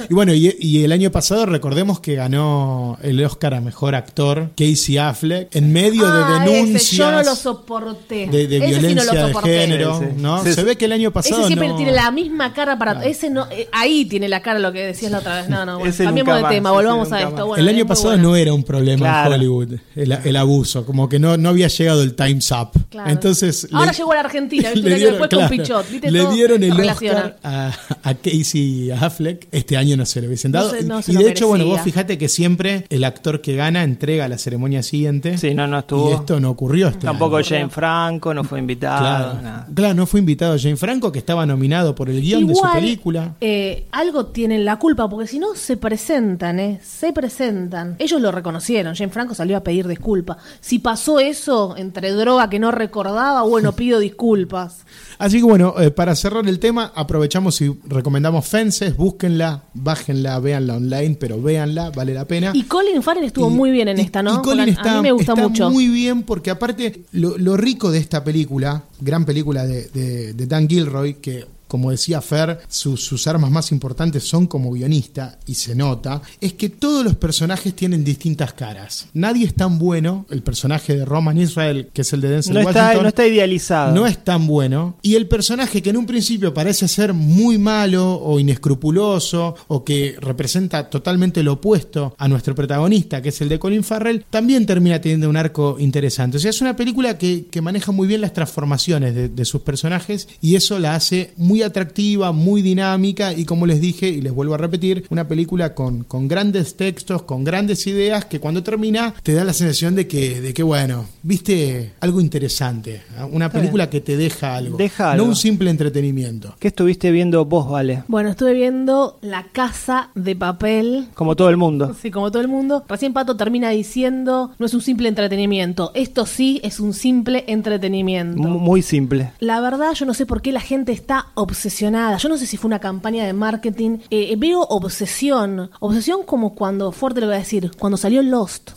[SPEAKER 4] Y bueno, y, y el año pasado recordemos que ganó el Oscar a Mejor Actor Casey Affleck en medio
[SPEAKER 2] Ah,
[SPEAKER 4] de
[SPEAKER 2] ese,
[SPEAKER 4] denuncias
[SPEAKER 2] yo no lo soporté.
[SPEAKER 4] de, de
[SPEAKER 2] Ese sí no lo
[SPEAKER 4] violencia de
[SPEAKER 2] soporté.
[SPEAKER 4] género,
[SPEAKER 3] Sí, sí.
[SPEAKER 4] ¿no?
[SPEAKER 3] Sí,
[SPEAKER 4] Se
[SPEAKER 3] sí.
[SPEAKER 4] ve que el año pasado
[SPEAKER 2] Ese siempre
[SPEAKER 4] no-
[SPEAKER 2] tiene la misma cara para ese no eh, ahí tiene la cara lo que decías la otra vez. No, no, bueno,
[SPEAKER 3] Ese
[SPEAKER 2] cambiemos
[SPEAKER 3] nunca
[SPEAKER 2] de
[SPEAKER 3] más,
[SPEAKER 2] tema,
[SPEAKER 3] ese
[SPEAKER 2] volvamos a
[SPEAKER 3] nunca
[SPEAKER 2] esto.
[SPEAKER 3] más.
[SPEAKER 2] Bueno,
[SPEAKER 4] el
[SPEAKER 2] es
[SPEAKER 4] año
[SPEAKER 2] muy
[SPEAKER 4] pasado
[SPEAKER 2] bueno.
[SPEAKER 4] no era un problema
[SPEAKER 3] Claro.
[SPEAKER 4] en Hollywood el, el abuso, como que no, no había llegado el Time's Up.
[SPEAKER 2] Claro.
[SPEAKER 4] Entonces,
[SPEAKER 2] Ahora llegó a la Argentina, ¿viste? Un año después con Pichot, ¿viste?
[SPEAKER 4] le
[SPEAKER 2] Todo
[SPEAKER 4] dieron
[SPEAKER 2] se
[SPEAKER 4] el
[SPEAKER 2] relaciona.
[SPEAKER 4] Oscar a, a Casey Affleck. Este año no se lo hubiesen dado.
[SPEAKER 2] No se- no se
[SPEAKER 4] y
[SPEAKER 2] lo
[SPEAKER 4] de hecho, bueno, vos
[SPEAKER 2] merecía.
[SPEAKER 4] fíjate que siempre el actor que gana entrega la ceremonia siguiente.
[SPEAKER 3] Sí, no, no
[SPEAKER 4] Y
[SPEAKER 3] estuvo.
[SPEAKER 4] esto no ocurrió este
[SPEAKER 3] Tampoco
[SPEAKER 4] año.
[SPEAKER 3] Jane Franco, no fue invitado.
[SPEAKER 4] Claro.
[SPEAKER 3] nada.
[SPEAKER 4] Claro, no fue invitado Jane Franco, que estaba nominado por el guión de su película.
[SPEAKER 2] eh, algo tienen la culpa, porque si no, se presentan, ¿eh? Se presentan. Ellos lo reconocieron. Jane Franco salió a pedir disculpas. Si pasó eso entre droga que no recordaba, bueno, pido disculpas.
[SPEAKER 4] Así que bueno, eh, para cerrar el tema, aprovechamos y recomendamos Fences, búsquenla, bájenla, véanla online, pero véanla, vale la pena.
[SPEAKER 2] Y Colin Farrell estuvo
[SPEAKER 4] Ah. Y-
[SPEAKER 2] muy bien en
[SPEAKER 4] y-
[SPEAKER 2] esta, ¿no?
[SPEAKER 4] y Colin
[SPEAKER 2] Porque a-
[SPEAKER 4] está,
[SPEAKER 2] a mí me gusta
[SPEAKER 4] está
[SPEAKER 2] mucho.
[SPEAKER 4] muy bien porque aparte lo, lo rico de esta película, gran película de, de- de Dan Gilroy, que como decía Fer, su- sus armas más importantes son como guionista, y se nota, es que todos los personajes tienen distintas caras. Nadie es tan bueno, el personaje de Roman Israel, que es el de Denzel
[SPEAKER 3] No está,
[SPEAKER 4] Washington,
[SPEAKER 3] no está idealizado.
[SPEAKER 4] no es tan bueno. Y el personaje que en un principio parece ser muy malo o inescrupuloso o que representa totalmente lo opuesto a nuestro protagonista, que es el de Colin Farrell, también termina teniendo un arco interesante. O sea, es una película que, que maneja muy bien las transformaciones de, de sus personajes y eso la hace muy atractiva, muy dinámica y como les dije y les vuelvo a repetir, una película con, con grandes textos, con grandes ideas que cuando termina te da la sensación de que, de que bueno, viste algo interesante, ¿ah? una
[SPEAKER 3] Está
[SPEAKER 4] película que te deja algo.
[SPEAKER 3] Deja
[SPEAKER 4] no
[SPEAKER 3] algo.
[SPEAKER 4] un simple entretenimiento.
[SPEAKER 3] ¿Qué estuviste viendo vos, Vale?
[SPEAKER 2] Bueno, estuve viendo La Casa de Papel.
[SPEAKER 3] Como todo el mundo.
[SPEAKER 2] Sí, como todo el mundo. Recién Pato termina diciendo, no es un simple entretenimiento. Esto sí es un simple entretenimiento.
[SPEAKER 3] Mu- Muy simple.
[SPEAKER 2] La verdad, yo no sé por qué la gente está obsesionada. Yo no sé si fue una campaña de marketing. Eh, veo obsesión. Obsesión como cuando, fuerte lo voy a decir, cuando salió Lost.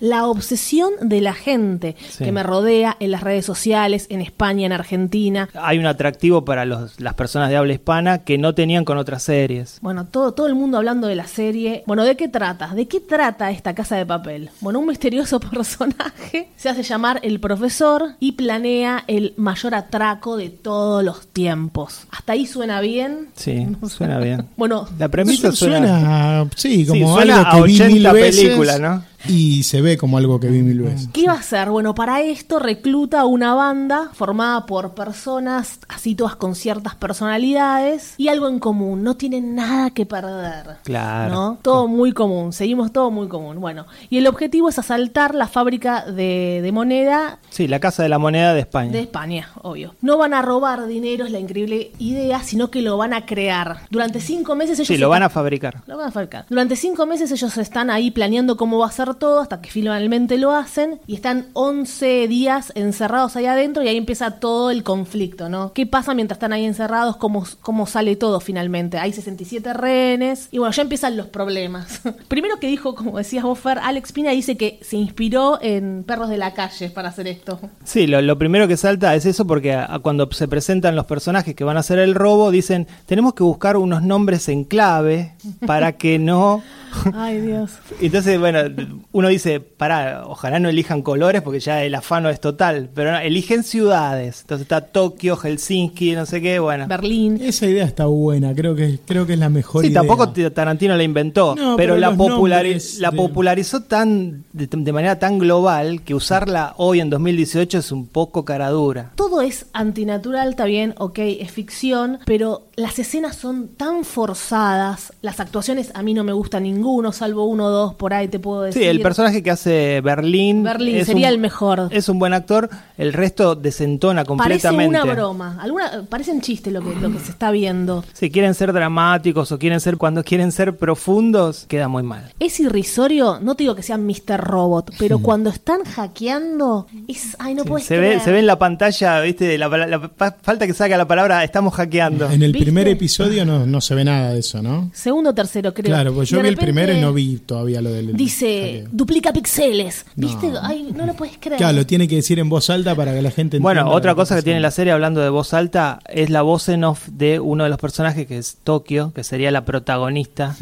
[SPEAKER 2] La obsesión de la gente
[SPEAKER 3] Sí.
[SPEAKER 2] que me rodea en las redes sociales, en España, en Argentina.
[SPEAKER 3] Hay un atractivo para los- las personas de habla hispana que no tenían con otras series.
[SPEAKER 2] Bueno, todo, todo el mundo hablando de la serie. Bueno, ¿de qué trata? ¿De qué trata esta casa de papel? Bueno, un misterioso personaje se hace llamar el profesor y planea el mayor atraco de todos los tiempos. Hasta ahí suena bien.
[SPEAKER 3] Sí, suena bien.
[SPEAKER 2] Bueno,
[SPEAKER 3] La premisa
[SPEAKER 4] Su-
[SPEAKER 3] suena...
[SPEAKER 4] suena, sí,
[SPEAKER 3] Sí,
[SPEAKER 4] como
[SPEAKER 3] suena
[SPEAKER 4] algo que
[SPEAKER 3] a
[SPEAKER 4] vi
[SPEAKER 3] 80
[SPEAKER 4] mil veces
[SPEAKER 3] películas, ¿no? Mm.
[SPEAKER 4] y se ve como algo que vi mil veces.
[SPEAKER 2] ¿Qué va a hacer? Bueno, para esto recluta una banda formada por personas, así todas con ciertas personalidades y algo en común. No tienen nada que perder.
[SPEAKER 3] Claro.
[SPEAKER 2] ¿no? Todo muy común. Seguimos todo muy común. Bueno, y el objetivo es asaltar la fábrica de, de moneda
[SPEAKER 3] Sí, la Casa de la Moneda de España.
[SPEAKER 2] de España, obvio. No van a robar dinero, es la increíble idea, sino que lo van a crear. Durante cinco meses ellos
[SPEAKER 3] Sí,
[SPEAKER 2] se
[SPEAKER 3] lo van a fabricar.
[SPEAKER 2] lo van a fabricar. Durante cinco meses ellos están ahí planeando cómo va a ser todo hasta que finalmente lo hacen y están 11 días encerrados ahí adentro y ahí empieza todo el conflicto, ¿no? ¿Qué pasa mientras están ahí encerrados? ¿Cómo, cómo sale todo finalmente? Hay 67 rehenes y bueno, ya empiezan los problemas. Primero que dijo, como decías vos, Fer, Alex Pina dice que se inspiró en Perros de la Calle para hacer esto.
[SPEAKER 3] Sí, lo, lo primero que salta es eso porque a- a cuando se presentan los personajes que van a hacer el robo, dicen, tenemos que buscar unos nombres en clave para que no...
[SPEAKER 2] Ay, Dios.
[SPEAKER 3] Entonces, bueno, uno dice, pará, ojalá no elijan colores porque ya el afano es total, pero no, eligen ciudades. Entonces está Tokio, Helsinki, no sé qué, bueno.
[SPEAKER 2] Berlín.
[SPEAKER 4] Esa idea está buena, creo que, creo que es la mejor
[SPEAKER 3] Sí,
[SPEAKER 4] idea.
[SPEAKER 3] tampoco t- Tarantino la inventó,
[SPEAKER 4] No,
[SPEAKER 3] pero,
[SPEAKER 4] pero
[SPEAKER 3] la,
[SPEAKER 4] los
[SPEAKER 3] populari-
[SPEAKER 4] nombres
[SPEAKER 3] la
[SPEAKER 4] de-
[SPEAKER 3] popularizó tan de, de manera tan global que usarla hoy en 2018 es un poco cara dura.
[SPEAKER 2] Todo es antinatural, está bien, ok, es ficción, pero las escenas son tan forzadas, las actuaciones a mí no me gusta ninguno, salvo uno o dos por ahí te puedo decir.
[SPEAKER 3] Sí, el personaje que hace Berlín.
[SPEAKER 2] Berlín,
[SPEAKER 3] es
[SPEAKER 2] sería
[SPEAKER 3] un-
[SPEAKER 2] el mejor.
[SPEAKER 3] Es un buen actor, el resto desentona
[SPEAKER 2] Parece
[SPEAKER 3] completamente.
[SPEAKER 2] una broma, alguna, parecen chistes lo que, lo que se está viendo.
[SPEAKER 3] Si quieren ser dramáticos o quieren ser cuando quieren ser profundos, queda muy mal.
[SPEAKER 2] Es irrisorio, no te digo que sean Mr. Robot, pero cuando están hackeando, es. Ay, no
[SPEAKER 3] Hmm. Sí,
[SPEAKER 2] puedes
[SPEAKER 3] se, ve, se ve en la pantalla, viste, la, la- la- pa- falta que salga la palabra estamos hackeando.
[SPEAKER 4] En el
[SPEAKER 2] ¿Viste?
[SPEAKER 4] primer episodio no, no se ve nada de eso, ¿no?
[SPEAKER 2] Segundo, tercero, creo.
[SPEAKER 4] Claro, pues yo
[SPEAKER 2] De
[SPEAKER 4] vi el
[SPEAKER 2] repente
[SPEAKER 4] primero y no vi todavía lo del...
[SPEAKER 2] Dice,
[SPEAKER 4] jaleo.
[SPEAKER 2] duplica pixeles.
[SPEAKER 4] No.
[SPEAKER 2] ¿Viste? Ay, no lo puedes creer.
[SPEAKER 4] Claro, lo tiene que decir en voz alta para que la gente entienda.
[SPEAKER 3] Bueno,
[SPEAKER 4] lo
[SPEAKER 3] otra
[SPEAKER 4] está
[SPEAKER 3] cosa que tiene
[SPEAKER 4] pasando.
[SPEAKER 3] la serie hablando de voz alta es la voz en off de uno de los personajes que es Tokio, que sería la protagonista.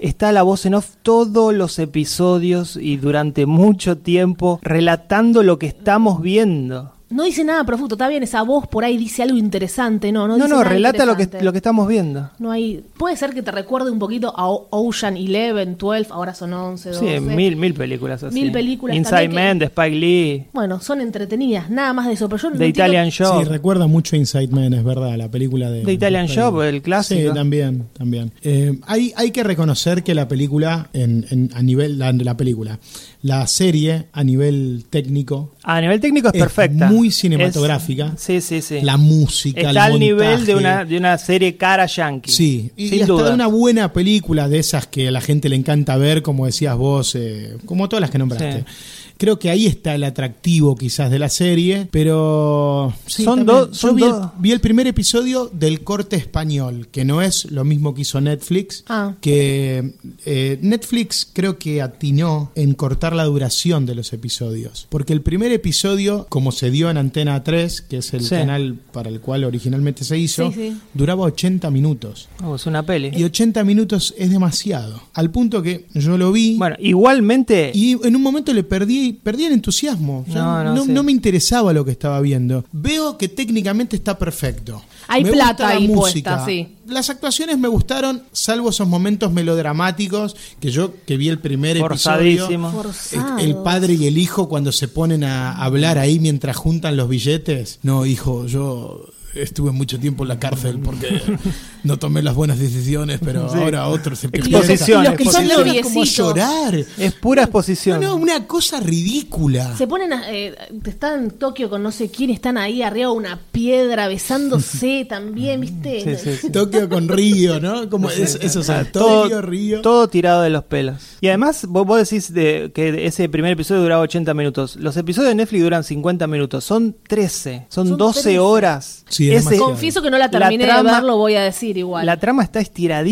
[SPEAKER 3] Está la voz en off todos los episodios y durante mucho tiempo relatando lo que estamos viendo.
[SPEAKER 2] No dice nada profundo, está bien, esa voz por ahí dice algo interesante, no, no
[SPEAKER 3] No,
[SPEAKER 2] dice
[SPEAKER 3] no,
[SPEAKER 2] nada
[SPEAKER 3] relata lo que,
[SPEAKER 2] interesante.
[SPEAKER 3] lo que estamos viendo.
[SPEAKER 2] No hay... Puede ser que te recuerde un poquito a O- Ocean 11, 12, ahora son 11, 12.
[SPEAKER 3] Sí, mil, mil películas así.
[SPEAKER 2] Mil películas
[SPEAKER 3] Inside
[SPEAKER 2] también que-
[SPEAKER 3] Man de Spike Lee,
[SPEAKER 2] Bueno, son entretenidas, nada más de eso, pero yo no
[SPEAKER 3] The
[SPEAKER 2] entiendo-
[SPEAKER 3] Italian Job.
[SPEAKER 4] Sí, recuerda mucho Inside Man, es verdad, la película de...
[SPEAKER 3] The Italian
[SPEAKER 4] de-
[SPEAKER 3] Job, el clásico.
[SPEAKER 4] Sí, también, también. Eh, hay, hay que reconocer que la película, en, en- a nivel, la, la película, la serie a nivel técnico,
[SPEAKER 3] a nivel técnico es,
[SPEAKER 4] Es
[SPEAKER 3] perfecta.
[SPEAKER 4] muy cinematográfica.
[SPEAKER 3] Es- sí, sí, sí.
[SPEAKER 4] la música, el
[SPEAKER 3] Está al nivel de
[SPEAKER 4] montaje.
[SPEAKER 3] una, de una serie cara yankee.
[SPEAKER 4] Sí, y,
[SPEAKER 3] sin
[SPEAKER 4] y hasta
[SPEAKER 3] duda.
[SPEAKER 4] de una buena película de esas que a la gente le encanta ver, como decías vos, eh, como todas las que nombraste.
[SPEAKER 3] Sí.
[SPEAKER 4] Creo que ahí está el atractivo quizás de la serie, pero... sí,
[SPEAKER 3] Son
[SPEAKER 4] también.
[SPEAKER 3] dos-
[SPEAKER 4] Yo
[SPEAKER 3] son
[SPEAKER 4] vi, el-
[SPEAKER 3] dos.
[SPEAKER 4] vi el primer episodio del corte español, que no es lo mismo que hizo Netflix,
[SPEAKER 2] Ah.
[SPEAKER 4] que eh, Netflix creo que atinó en cortar la duración de los episodios, porque el primer episodio, como se dio emitió en Antena 3, que es el
[SPEAKER 3] Sí.
[SPEAKER 4] canal para el cual originalmente se hizo,
[SPEAKER 2] Sí, sí.
[SPEAKER 4] duraba 80 minutos.
[SPEAKER 3] Oh, es una peli.
[SPEAKER 4] Y 80 minutos es demasiado. Al punto que yo lo vi
[SPEAKER 3] bueno, igualmente.
[SPEAKER 4] y en un momento le perdí, perdí el entusiasmo. O sea,
[SPEAKER 3] No,
[SPEAKER 4] no,
[SPEAKER 3] no, sí.
[SPEAKER 4] no me interesaba lo que estaba viendo. Veo que técnicamente está perfecto.
[SPEAKER 2] Hay
[SPEAKER 4] Me
[SPEAKER 2] plata
[SPEAKER 4] gusta la
[SPEAKER 2] ahí
[SPEAKER 4] música.
[SPEAKER 2] puesta, sí.
[SPEAKER 4] Las actuaciones me gustaron, salvo esos momentos melodramáticos que yo que vi el primer episodio.
[SPEAKER 3] forzadísimo.
[SPEAKER 2] Forzado.
[SPEAKER 4] El padre y el hijo cuando se ponen a hablar ahí mientras juntan los billetes. No, hijo, yo estuve mucho tiempo en la cárcel porque no tomé las buenas decisiones, pero ahora otros se
[SPEAKER 3] Exposición,
[SPEAKER 2] Y los que
[SPEAKER 4] Y
[SPEAKER 2] son
[SPEAKER 4] se largan como a
[SPEAKER 2] noviecitos.
[SPEAKER 4] llorar.
[SPEAKER 3] Es pura exposición.
[SPEAKER 4] No, no, una cosa ridícula.
[SPEAKER 2] Se ponen, a- eh, están en Tokio con no sé quién, están ahí arriba de una piedra besándose también,
[SPEAKER 3] Sí,
[SPEAKER 2] ¿viste?
[SPEAKER 3] sí, sí.
[SPEAKER 4] Tokio con Río, ¿no? Como es, eso, o sea, Tokio,
[SPEAKER 3] Ah, Todo,
[SPEAKER 4] Río.
[SPEAKER 3] todo tirado de los pelos. Y además, vos, vos decís de, que ese primer episodio duraba 80 minutos. Los episodios de Netflix duran 50 minutos. Son 13. Son,
[SPEAKER 2] Son
[SPEAKER 3] 12
[SPEAKER 2] 13.
[SPEAKER 3] horas.
[SPEAKER 4] Sí, es demasiado.
[SPEAKER 2] Confieso que no la terminé de
[SPEAKER 3] trama-
[SPEAKER 2] ver, lo voy a decir igual.
[SPEAKER 3] La trama está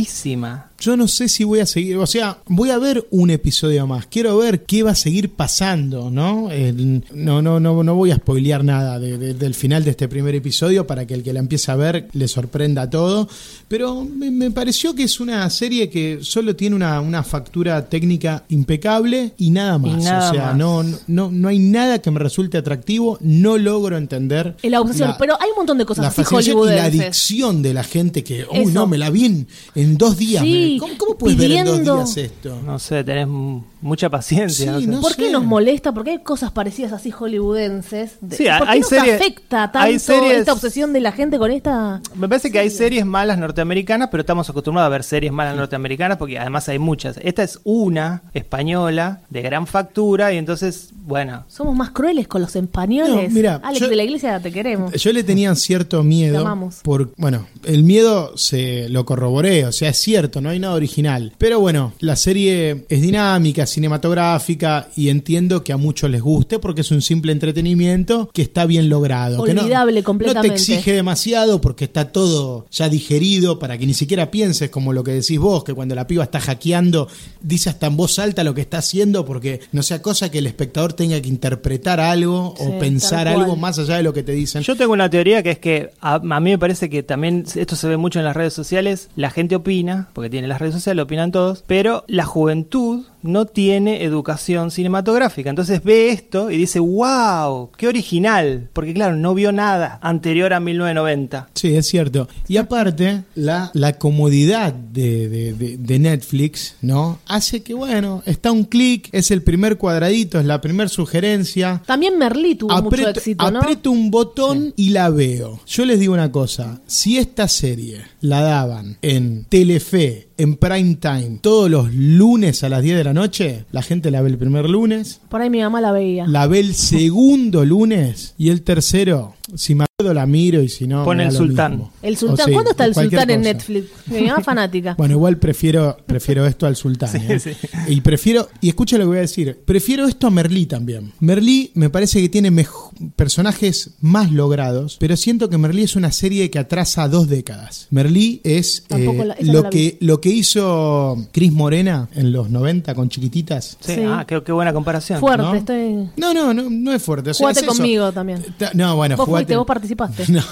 [SPEAKER 3] estiradísima.
[SPEAKER 4] Yo no sé si voy a seguir, o sea, voy a ver un episodio más. Quiero ver qué va a seguir pasando, ¿no? El- no, no, no, no voy a spoilear nada de- de- del final de este primer episodio para que el que la empiece a ver le sorprenda todo. Pero me, me pareció que es una serie que solo tiene una, una factura técnica impecable y nada más.
[SPEAKER 3] nada
[SPEAKER 4] o sea,
[SPEAKER 3] más.
[SPEAKER 4] No, no, no hay nada que me resulte atractivo. No logro entender.
[SPEAKER 2] la obsesión,
[SPEAKER 4] la-
[SPEAKER 2] pero hay un montón de cosas
[SPEAKER 4] la
[SPEAKER 2] así
[SPEAKER 4] facilidad y la
[SPEAKER 2] hollywoodenses.
[SPEAKER 4] adicción de la gente que, uy,
[SPEAKER 2] Eso.
[SPEAKER 4] no, me la vi en, en dos días.
[SPEAKER 2] Sí,
[SPEAKER 4] me- ¿Cómo, cómo puedes ver en
[SPEAKER 2] pidiendo-
[SPEAKER 4] dos días esto?
[SPEAKER 3] No sé, tenés m- mucha paciencia.
[SPEAKER 4] Sí,
[SPEAKER 3] o sea.
[SPEAKER 4] no
[SPEAKER 2] ¿Por
[SPEAKER 4] sé.
[SPEAKER 2] qué nos molesta? Porque hay cosas parecidas así hollywoodenses. De-
[SPEAKER 3] Sí,
[SPEAKER 2] ¿Por qué
[SPEAKER 3] hay
[SPEAKER 2] nos
[SPEAKER 3] series-
[SPEAKER 2] afecta tanto
[SPEAKER 3] hay series-
[SPEAKER 2] esta obsesión de la gente con esta?
[SPEAKER 3] Me parece que hay series malas norteamericanas, pero estamos acostumbrados a ver series malas norteamericanas porque además hay muchas. Esta es una española de gran factura y entonces, bueno,
[SPEAKER 2] Somos más crueles con los españoles.
[SPEAKER 4] No, mira,
[SPEAKER 2] Alex
[SPEAKER 4] yo-
[SPEAKER 2] de la Iglesia, te queremos.
[SPEAKER 4] Yo le tenía cierto
[SPEAKER 2] Te
[SPEAKER 4] miedo.
[SPEAKER 2] amamos.
[SPEAKER 4] Por, bueno, el miedo se lo corroboré, o sea, es cierto, no hay nada original. Pero bueno, la serie es dinámica, cinematográfica y entiendo que a muchos les guste porque es un simple entretenimiento que está bien logrado. que no-
[SPEAKER 2] Olvidable completamente.
[SPEAKER 4] No te exige demasiado porque está todo ya digerido para que ni siquiera pienses como lo que decís vos, que cuando la piba está hackeando dice hasta en voz alta lo que está haciendo porque no sea cosa que el espectador tenga que interpretar algo
[SPEAKER 2] Sí,
[SPEAKER 4] o pensar
[SPEAKER 2] tal cual.
[SPEAKER 4] algo más allá de lo que te dicen.
[SPEAKER 3] Yo tengo una teoría que es que a, a mí me parece que también esto se ve mucho en las redes sociales. La gente opina, porque tiene las redes sociales, opinan todos, pero la juventud no tiene educación cinematográfica. Entonces ve esto y dice, wow, qué original. Porque claro, no vio nada anterior a 1990.
[SPEAKER 4] Sí, es cierto.
[SPEAKER 2] Ah.
[SPEAKER 4] Y aparte, la, la comodidad de, de- de- de Netflix, ¿no? Hace que, bueno, está un clic, es el primer cuadradito, es la primera sugerencia.
[SPEAKER 2] También Merlí tuvo mucho éxito, ¿no?
[SPEAKER 4] aprieto un botón y la veo. Yo les digo una cosa, si esta serie la daban en Telefe, en prime time, todos los lunes a las 10 de la noche, la gente la ve el primer lunes,
[SPEAKER 2] Por ahí mi mamá la veía.
[SPEAKER 4] la ve el segundo lunes y el tercero, si me acuerdo la miro y si no...
[SPEAKER 3] Pone
[SPEAKER 4] me da
[SPEAKER 3] el
[SPEAKER 4] lo
[SPEAKER 3] sultán.
[SPEAKER 4] mismo.
[SPEAKER 2] El
[SPEAKER 4] O
[SPEAKER 2] sultán,
[SPEAKER 4] Oh, sí,
[SPEAKER 2] ¿cuándo está el
[SPEAKER 4] cualquier
[SPEAKER 2] sultán en
[SPEAKER 4] cosa.
[SPEAKER 2] Netflix? Mi mamá fanática.
[SPEAKER 4] Bueno, igual prefiero, prefiero esto al sultán. ¿eh? Y prefiero, y escucha lo que voy a decir, prefiero esto a Merlí también. Merlí me parece que tiene mej- personajes más logrados, pero siento que Merlí es una serie que atrasa dos décadas. Merlí es
[SPEAKER 2] Tampoco
[SPEAKER 4] eh,
[SPEAKER 2] la- esa no
[SPEAKER 4] lo,
[SPEAKER 2] la vi.
[SPEAKER 4] que, lo que hizo Cris Morena en los 90 con Chiquititas.
[SPEAKER 3] Sí,
[SPEAKER 2] Sí.
[SPEAKER 3] Ah, qué, qué buena comparación.
[SPEAKER 2] Fuerte,
[SPEAKER 4] ¿no?
[SPEAKER 2] estoy.
[SPEAKER 4] No, no, no, no es fuerte. o sea,
[SPEAKER 2] Jugate
[SPEAKER 4] es eso.
[SPEAKER 2] conmigo también.
[SPEAKER 4] Ta- No, bueno,
[SPEAKER 2] Vos
[SPEAKER 4] jugate-
[SPEAKER 2] fuiste, vos participaste.
[SPEAKER 4] no.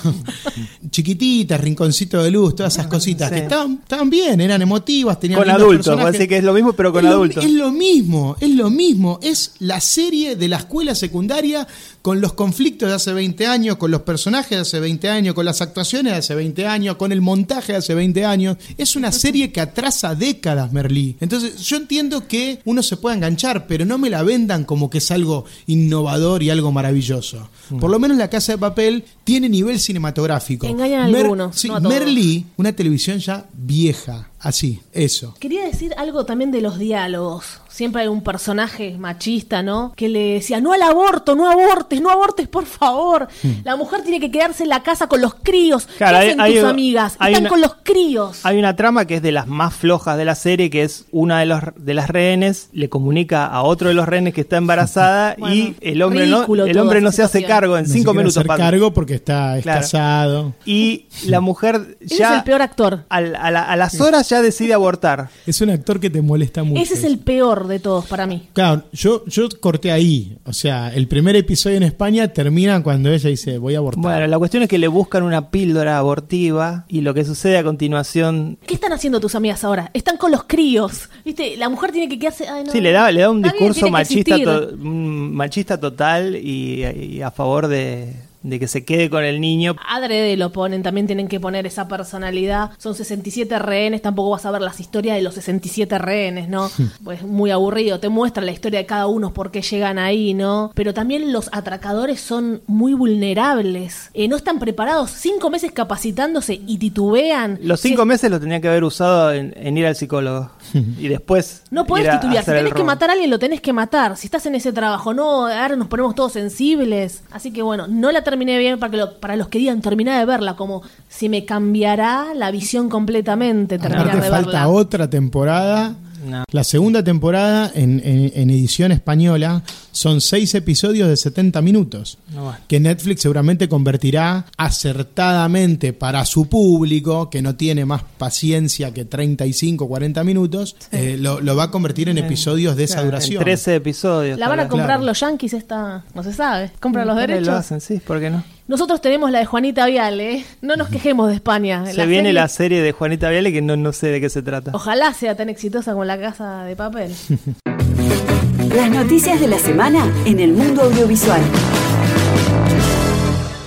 [SPEAKER 4] Chiquititas, rinconcito de luz, todas esas cositas
[SPEAKER 3] Ah, sí.
[SPEAKER 4] que estaban, estaban bien, eran emotivas, tenían
[SPEAKER 3] Con
[SPEAKER 4] lindos
[SPEAKER 3] adultos,
[SPEAKER 4] personajes.
[SPEAKER 3] parece que es lo mismo, pero con
[SPEAKER 4] Es lo-
[SPEAKER 3] adultos.
[SPEAKER 4] es lo mismo, es lo mismo. Es la serie de la escuela secundaria con los conflictos de hace 20 años, con los personajes de hace 20 años, con las actuaciones de hace 20 años, con el montaje de hace 20 años. Es una serie que atrasa décadas, Merlí. Entonces, yo entiendo que uno se pueda enganchar, pero no me la vendan como que es algo innovador y algo maravilloso.
[SPEAKER 2] Mm.
[SPEAKER 4] Por lo menos La Casa de Papel tiene nivel cinematográfico.
[SPEAKER 2] Engañan a algunos,
[SPEAKER 4] sí,
[SPEAKER 2] no a todos.
[SPEAKER 4] Merlí, una televisión ya vieja. Así, eso.
[SPEAKER 2] Quería decir algo también de los diálogos. Siempre hay un personaje machista, ¿no? Que le decía, no al aborto, no abortes, no abortes, por favor. La mujer tiene que quedarse en la casa con los críos.
[SPEAKER 3] Hmm. Claro,
[SPEAKER 2] ¿Qué
[SPEAKER 3] hay-
[SPEAKER 2] hacen
[SPEAKER 3] hay
[SPEAKER 2] tus
[SPEAKER 3] una-
[SPEAKER 2] amigas?
[SPEAKER 3] hay
[SPEAKER 2] Están
[SPEAKER 3] una-
[SPEAKER 2] con los críos.
[SPEAKER 3] Hay una trama que es de las más flojas de la serie, que es una de, los, de las rehenes le comunica a otro de los rehenes que está embarazada y
[SPEAKER 2] Bueno,
[SPEAKER 3] el hombre no,
[SPEAKER 2] ridículo
[SPEAKER 3] el
[SPEAKER 2] toda
[SPEAKER 3] hombre
[SPEAKER 2] esa
[SPEAKER 3] no se hace
[SPEAKER 2] situación.
[SPEAKER 3] cargo en
[SPEAKER 4] No se
[SPEAKER 3] cinco
[SPEAKER 4] quiere
[SPEAKER 3] minutos.
[SPEAKER 4] hacer
[SPEAKER 3] Paco.
[SPEAKER 4] cargo porque está es
[SPEAKER 3] Claro.
[SPEAKER 4] casado.
[SPEAKER 3] Y la mujer
[SPEAKER 2] Ese es
[SPEAKER 3] ya
[SPEAKER 2] el peor actor.
[SPEAKER 3] al- a, la- a las horas ya decide abortar.
[SPEAKER 4] Es un actor que te molesta mucho.
[SPEAKER 2] Ese es el peor de todos para mí.
[SPEAKER 4] Claro, yo, yo corté ahí. O sea, el primer episodio en España termina cuando ella dice, voy a abortar.
[SPEAKER 3] Bueno, la cuestión es que le buscan una píldora abortiva y lo que sucede a continuación.
[SPEAKER 2] ¿Qué están haciendo tus amigas ahora? Están con los críos. ¿Viste? La mujer tiene que quedarse. Ay, no.
[SPEAKER 3] Sí, le da, le da un
[SPEAKER 2] Está bien,
[SPEAKER 3] discurso
[SPEAKER 2] tiene que
[SPEAKER 3] machista,
[SPEAKER 2] existir.
[SPEAKER 3] to- mm, machista total y, y a favor de, de que se quede con el niño.
[SPEAKER 2] Adrede lo ponen, también tienen que poner esa personalidad. Son 67 rehenes, tampoco vas a ver las historias de los 67 rehenes, ¿no? Pues muy aburrido, te muestran la historia de cada uno, por qué llegan ahí, ¿no? Pero también los atracadores son muy vulnerables, Eh, no están preparados, cinco meses capacitándose y titubean.
[SPEAKER 3] Los cinco meses los tenía que haber usado en, en ir al psicólogo. y después.
[SPEAKER 2] No
[SPEAKER 3] ir
[SPEAKER 2] podés
[SPEAKER 3] a
[SPEAKER 2] titubear, si
[SPEAKER 3] hacer el
[SPEAKER 2] tenés que
[SPEAKER 3] robo.
[SPEAKER 2] matar a alguien, lo tenés que matar. Si estás en ese trabajo, no, ahora nos ponemos todos sensibles. Así que bueno, no la terminé bien para, que lo- para los que digan, terminá de verla, como si me cambiará la visión completamente terminar
[SPEAKER 4] Aparte
[SPEAKER 2] de
[SPEAKER 4] falta
[SPEAKER 2] verla.
[SPEAKER 4] otra temporada.
[SPEAKER 3] No.
[SPEAKER 4] La segunda temporada en, en- en edición española son seis episodios de 70 minutos.
[SPEAKER 3] No va.
[SPEAKER 4] Que Netflix seguramente convertirá acertadamente para su público, que no tiene más paciencia que 35, 40 minutos, eh, lo, lo va a convertir en episodios de esa
[SPEAKER 3] En
[SPEAKER 4] duración.
[SPEAKER 3] 13 episodios.
[SPEAKER 2] La van a
[SPEAKER 3] tal vez.
[SPEAKER 2] comprar
[SPEAKER 4] Claro. Mm,
[SPEAKER 2] los yanquis esta, no se sabe, compran los
[SPEAKER 3] Tal vez Lo
[SPEAKER 2] derechos.
[SPEAKER 3] hacen, sí, ¿por qué no?
[SPEAKER 2] Nosotros tenemos la de Juanita Viale, ¿eh? no nos quejemos de España.
[SPEAKER 3] Se
[SPEAKER 2] La
[SPEAKER 3] viene
[SPEAKER 2] serie-
[SPEAKER 3] la serie de Juanita Viale que no, no sé de qué se trata.
[SPEAKER 2] Ojalá sea tan exitosa como la casa de papel.
[SPEAKER 1] Las noticias de la semana en el mundo audiovisual.